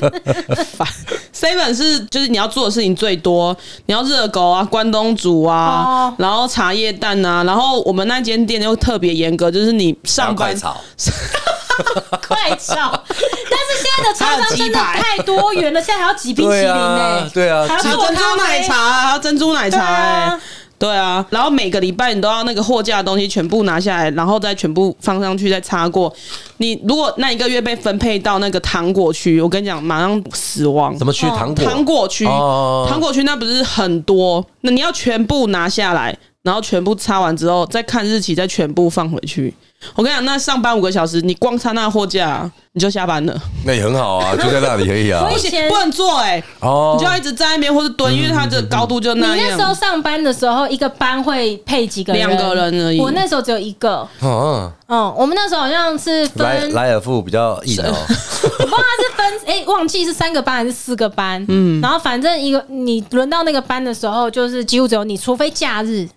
Speaker 3: 能
Speaker 2: Seven 是就是你要做的事情最多，你要热狗啊、关东煮啊，
Speaker 1: 哦
Speaker 2: 然后茶叶蛋啊，然后我们那间店又特别严格，就是你
Speaker 3: 还要
Speaker 2: 上
Speaker 3: 快
Speaker 2: 班啊
Speaker 3: 炒，哦
Speaker 1: 快炒。但是现在的超商真的
Speaker 2: 还有鸡排
Speaker 1: 太多元了，现在还要挤冰淇
Speaker 3: 对
Speaker 1: 淋
Speaker 3: 啊
Speaker 1: 呢，，
Speaker 3: 对啊，
Speaker 1: 还要
Speaker 2: 还有
Speaker 1: 做
Speaker 2: 珍珠
Speaker 1: 咖
Speaker 2: 奶
Speaker 1: 啡
Speaker 2: 茶、啊，还有珍珠奶茶、
Speaker 1: 对啊
Speaker 2: 欸，对啊，然后每个礼拜你都要那个货架的东西全部拿下来，然后再全部放上去，再擦过。你如果那一个月被分配到那个糖果区，我跟你讲，马上死亡。
Speaker 3: 怎么去糖果？
Speaker 2: 哦糖果区，
Speaker 3: 哦
Speaker 2: 糖果区那不是很多，那你要全部拿下来，然后全部擦完之后，再看日期，再全部放回去。我跟你讲，那上班五个小时，你光擦那货架，你就下班了，
Speaker 3: 那也很好啊，就在那里而已啊
Speaker 1: 所。以
Speaker 2: 不
Speaker 1: 前
Speaker 2: 行不能坐哎、
Speaker 3: 哦
Speaker 2: 你就要一直在那边或是蹲，因为它的高度就
Speaker 1: 你
Speaker 2: 那样。
Speaker 1: 那时候上班的时候，一个班会配几个人？
Speaker 2: 两个人而已
Speaker 1: 我那时候只有一个。
Speaker 3: 嗯，
Speaker 1: 嗯，我们那时候好像是分，
Speaker 3: 莱莱尔富比较硬 哦，
Speaker 1: 我忘了是分，哎、忘记是三个班还是四个班。嗯，然后反正一个你轮到那个班的时候，就是几乎只有你，除非假日，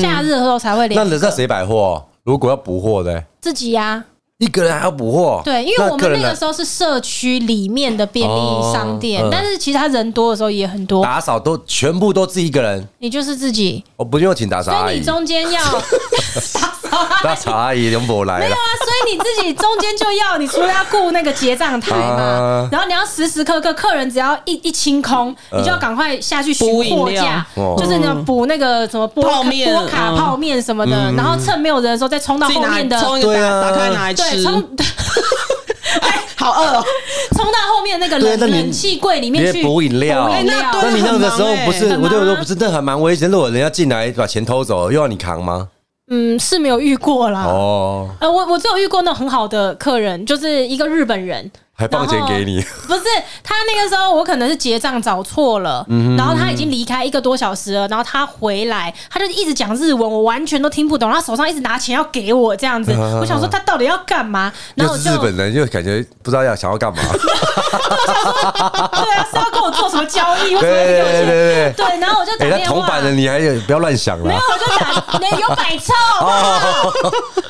Speaker 1: 假日的时候才会
Speaker 3: 嗯那
Speaker 1: 连
Speaker 3: 人家谁百货？如果要补货的，
Speaker 1: 自己呀、
Speaker 3: 一个人还要补货？
Speaker 1: 对，因为我
Speaker 3: 个
Speaker 1: 们
Speaker 3: 人
Speaker 1: 那
Speaker 3: 来
Speaker 1: 个时候是社区里面的便利商店，
Speaker 3: 哦嗯
Speaker 1: 但是其实他人多的时候也很多，
Speaker 3: 打扫都全部都自己一个人，
Speaker 1: 你就是自己，
Speaker 3: 我不用请打扫
Speaker 1: 所
Speaker 3: 阿
Speaker 1: 以你
Speaker 3: 姨，
Speaker 1: 中间要打扫啊
Speaker 3: 打扫阿姨永博来
Speaker 1: 没有
Speaker 3: 了。
Speaker 1: 啊，所以你自己中间就要，你除了要顾那个结账台嘛
Speaker 3: 啊，嗯
Speaker 1: 然后你要时时刻刻客人只要一一清空，你就要赶快下去
Speaker 2: 补
Speaker 1: 补
Speaker 2: 饮
Speaker 1: 货
Speaker 2: 料
Speaker 1: 架，
Speaker 3: 哦
Speaker 1: 就是你要补那个什么波
Speaker 2: 泡面
Speaker 1: 波卡
Speaker 2: 嗯
Speaker 1: 泡面什么的，然后趁没有人的时候再冲到
Speaker 2: 自己
Speaker 1: 后
Speaker 2: 拿来
Speaker 1: 面的，
Speaker 2: 冲一个
Speaker 3: 对
Speaker 2: 打、
Speaker 3: 啊
Speaker 2: 打开拿来
Speaker 1: 对，
Speaker 2: 吃，
Speaker 1: 冲
Speaker 2: 哎，好饿哦！
Speaker 1: 冲到后面那个冷
Speaker 3: 对那你
Speaker 1: 冷气柜里面
Speaker 3: 你
Speaker 1: 去
Speaker 3: 也补饮料，
Speaker 1: 补饮料
Speaker 2: 哎那对
Speaker 3: 哦那你那个时候不是？
Speaker 1: 很忙欸
Speaker 3: 我就
Speaker 1: 很忙
Speaker 3: 说
Speaker 1: 啊
Speaker 3: 不是，那还蛮危险。如果人家进来把钱偷走，又要你扛吗？
Speaker 1: 嗯，是没有遇过啦。
Speaker 3: 哦，
Speaker 1: 呃，我我只有遇过那种很好的客人，就是一个日本人，
Speaker 3: 还放钱给你，
Speaker 1: 不是他那个时候，我可能是结账找错了，
Speaker 3: 嗯
Speaker 1: 然后他已经离开一个多小时了，然后他回来，他就一直讲日文，我完全都听不懂，他手上一直拿钱要给我这 样子，我想说他到底要干嘛？然后
Speaker 3: 又
Speaker 1: 我
Speaker 3: 是
Speaker 1: 就
Speaker 3: 日本人，就感觉不知道要想要干嘛。
Speaker 1: 对啊，是要跟我做什么交易？为什
Speaker 3: 对
Speaker 1: 么要给
Speaker 3: 对
Speaker 1: 我
Speaker 3: 对
Speaker 1: 钱？
Speaker 3: 对对。
Speaker 1: 对，然后我就打
Speaker 3: 哎，那
Speaker 1: 电
Speaker 3: 铜
Speaker 1: 话，
Speaker 3: 板的你还有不要乱想
Speaker 1: 没
Speaker 3: 啦
Speaker 1: 有，。我就打，没有摆臭，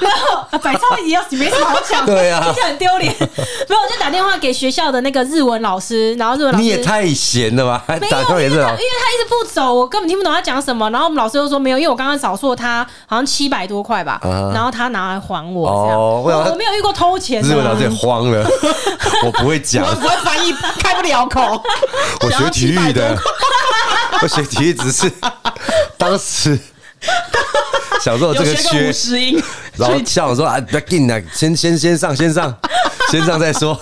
Speaker 1: 然后啊摆臭也要没什么好讲，
Speaker 3: 哦对啊
Speaker 1: 听起来很丢脸。没有，我就打电话给学校的那个日文老师，然后日文老师
Speaker 3: 你也太闲了吧？还
Speaker 1: 没
Speaker 3: 打电
Speaker 1: 有，
Speaker 3: 也
Speaker 1: 因
Speaker 3: 是
Speaker 1: 为他
Speaker 3: 啊
Speaker 1: 因为他一直不走，我根本听不懂他讲什么。然后我们老师就说没有，因为我刚刚找错他，好像七百多块吧，
Speaker 3: 啊
Speaker 1: 然后他拿来还我
Speaker 3: 哦
Speaker 1: 这样。
Speaker 3: 我想
Speaker 1: 我
Speaker 3: 他
Speaker 1: 我没有遇过偷钱
Speaker 3: 日
Speaker 1: 的
Speaker 3: 文
Speaker 1: 啊，
Speaker 3: 老师也慌了，我不会讲
Speaker 2: 我，不会翻译，开不了 口。
Speaker 3: 我学体育的，我学体育只 是当时想说
Speaker 2: 有
Speaker 3: 这个
Speaker 2: 学过
Speaker 3: 缺
Speaker 2: 五，十音，所
Speaker 3: 然后
Speaker 2: 以
Speaker 3: 校长说啊，不要进来，先先先上 先上先上再说，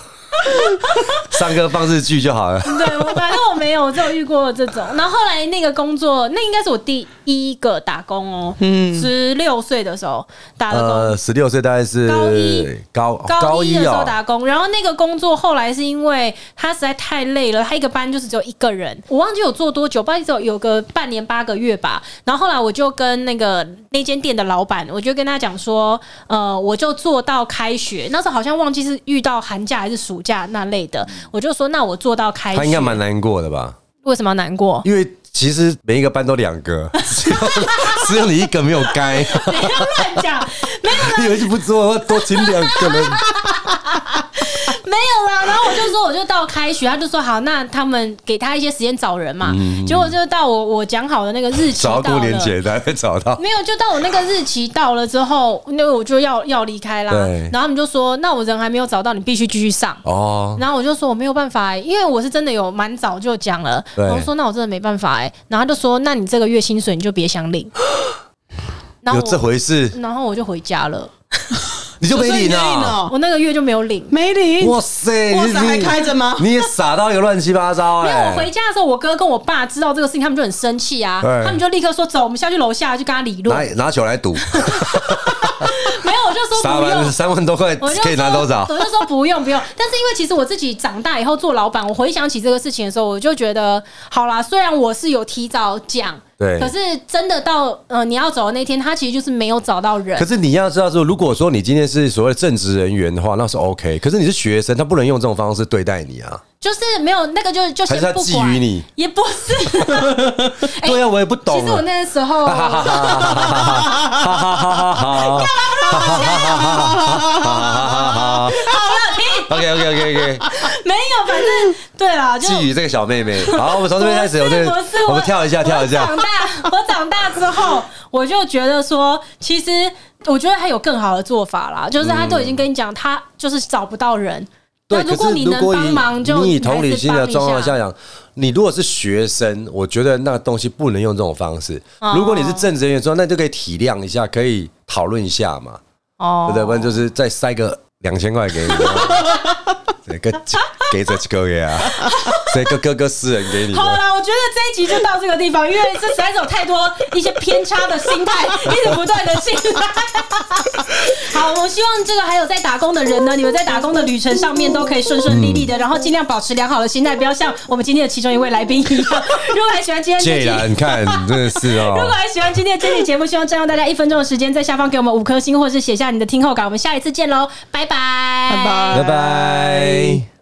Speaker 3: 上课放日剧就好了。
Speaker 1: 对，我反正我没有，我只有遇过这种。然后后来那个工作，那应该是我第一个打工哦，嗯，十六岁的时候打的工。
Speaker 3: 呃，十六岁大概是
Speaker 1: 高一
Speaker 3: 高
Speaker 1: 高一的时候
Speaker 3: 哦，
Speaker 1: 打工，然后那个工作后来是因为他实在太累了，他一个班就是只有一个人，我忘记有做多久，不好意思，有个半年八个月吧。然后后来我就跟那个那间店的老板，我就跟他讲说，呃，我就做到开学，那时候好像忘记是遇到寒假还是暑假那类的，我就说那我做到开
Speaker 3: 嗯他应该蛮
Speaker 1: 学，
Speaker 3: 难过的吧？
Speaker 1: 为什么要难 过？
Speaker 3: 因为其实每一个班都两 个，只有只有你一个没有该，
Speaker 1: 不要乱讲，没有
Speaker 3: 你以为是不做多请两个人？
Speaker 1: 没有啦，然后我就说，我就到开学，他就说好，那他们给他一些时间找人嘛。结果就到我我讲好的那个日期
Speaker 3: 找
Speaker 1: 到
Speaker 3: 到过年
Speaker 1: 了，
Speaker 3: 简单找到。
Speaker 1: 没有，就到我那个日期到了之后，那我就要要离开啦
Speaker 3: 对。
Speaker 1: 然后他们就说，那我人还没有找到，你必须继续上。
Speaker 3: 哦，
Speaker 1: 然后我就说我没有办法、欸，因为我是真的有蛮早就讲了，
Speaker 3: 对
Speaker 1: 然后说那我真的没办法哎、然后他就说那你这个月薪水你就别想 领，然
Speaker 3: 有
Speaker 1: 后
Speaker 3: 这
Speaker 1: 我
Speaker 3: 回事，
Speaker 1: 然后我就回家了，
Speaker 3: 你就没
Speaker 2: 所以
Speaker 3: 领
Speaker 2: 你领
Speaker 3: 啊？
Speaker 2: 哦，
Speaker 1: 我那个月就没有领，
Speaker 2: 没领。
Speaker 3: 哇塞，
Speaker 2: 哇
Speaker 3: 你
Speaker 2: 塞，还开着吗？
Speaker 3: 你也傻到一个乱七八糟
Speaker 1: 没有，
Speaker 3: 哎！
Speaker 1: 我回家的时候，我哥跟我爸知道这个事情，他们就很生气啊，
Speaker 3: 对
Speaker 1: 他们就立刻说走，我们下去楼下去跟他理论。
Speaker 3: 拿拿酒来赌，
Speaker 1: 没有，我就
Speaker 5: 说
Speaker 3: 三
Speaker 5: 不
Speaker 3: 万
Speaker 5: 用。
Speaker 3: 三万多块
Speaker 5: 我就
Speaker 3: 可以拿
Speaker 5: 说
Speaker 3: 多少？
Speaker 5: 我就说不用不用，但是因为其实我自己长大以后做老板，我回想起这个事情的时候，我就觉得好啦，虽然我是有提早讲，
Speaker 3: 对
Speaker 5: 可是真的到呃你要走的那天，他其实就是没有找到人
Speaker 3: 可。是你要知道说，如果说你今天是所谓的正职人员的话，那是 OK。可是你是学生，他不能用这种方式对待你啊。
Speaker 5: 就是没有那个就就
Speaker 3: 还
Speaker 5: 先
Speaker 3: 是他
Speaker 5: 不
Speaker 3: 觊
Speaker 5: 管
Speaker 3: 觎你，
Speaker 5: 也不是。哎
Speaker 3: 对啊，我也不懂
Speaker 5: 其实我
Speaker 3: 啊。
Speaker 5: 那时候
Speaker 3: 哈哈哈哈哈！哈哈哈哈哈！OK OK OK OK，
Speaker 5: 没有，反正对 啦，就
Speaker 3: 觊觎这个小妹 妹。好，我们从这边开始，我这
Speaker 5: 不是
Speaker 3: 我们跳一下，跳一
Speaker 5: 我
Speaker 3: 下
Speaker 5: 长。大，我长大之后，我就觉得说，其实我觉得他有更好的做法啦，就是他都已经跟你讲，他就是找不到人。
Speaker 3: 嗯对，
Speaker 5: 那
Speaker 3: 可
Speaker 5: 如果
Speaker 3: 是
Speaker 5: 你
Speaker 3: 如
Speaker 5: 能
Speaker 3: 果
Speaker 5: 帮忙，
Speaker 3: 以
Speaker 5: 就
Speaker 3: 你以
Speaker 5: 还
Speaker 3: 同
Speaker 5: 是
Speaker 3: 理心
Speaker 5: 帮
Speaker 3: 的
Speaker 5: 一
Speaker 3: 状况
Speaker 5: 下
Speaker 3: 下讲，你如果是学生，我觉得那东西不能用这种方式
Speaker 5: 哦。
Speaker 3: 如果你是正职人员说，那就可以体谅一下，可以讨论一下嘛，
Speaker 5: 哦
Speaker 3: 对不对？不然就是再塞个两千块给你， 对，个给这几个月啊，这个哥哥私人给你的啊
Speaker 5: 好。啦，我觉得这一集就到这个地方，因为这实在是有太多一些偏差的心态，一直不断的进来。好，我希望这个还有在打工的人呢，你们在打工的旅程上面都可以顺顺利利
Speaker 3: 嗯
Speaker 5: 的，然后尽量保持良好的心态，不要像我们今天的其中一位来宾一样。如果还喜欢今天这
Speaker 3: 既
Speaker 5: 集。
Speaker 3: 然看，真的是哦。
Speaker 5: 如果还喜欢今天的这期节目，希望占用大家一分钟的时间，在下方给我们五 颗星，或是写下你的听后感。我们下一次见喽，拜拜，
Speaker 2: 拜拜
Speaker 3: 拜拜。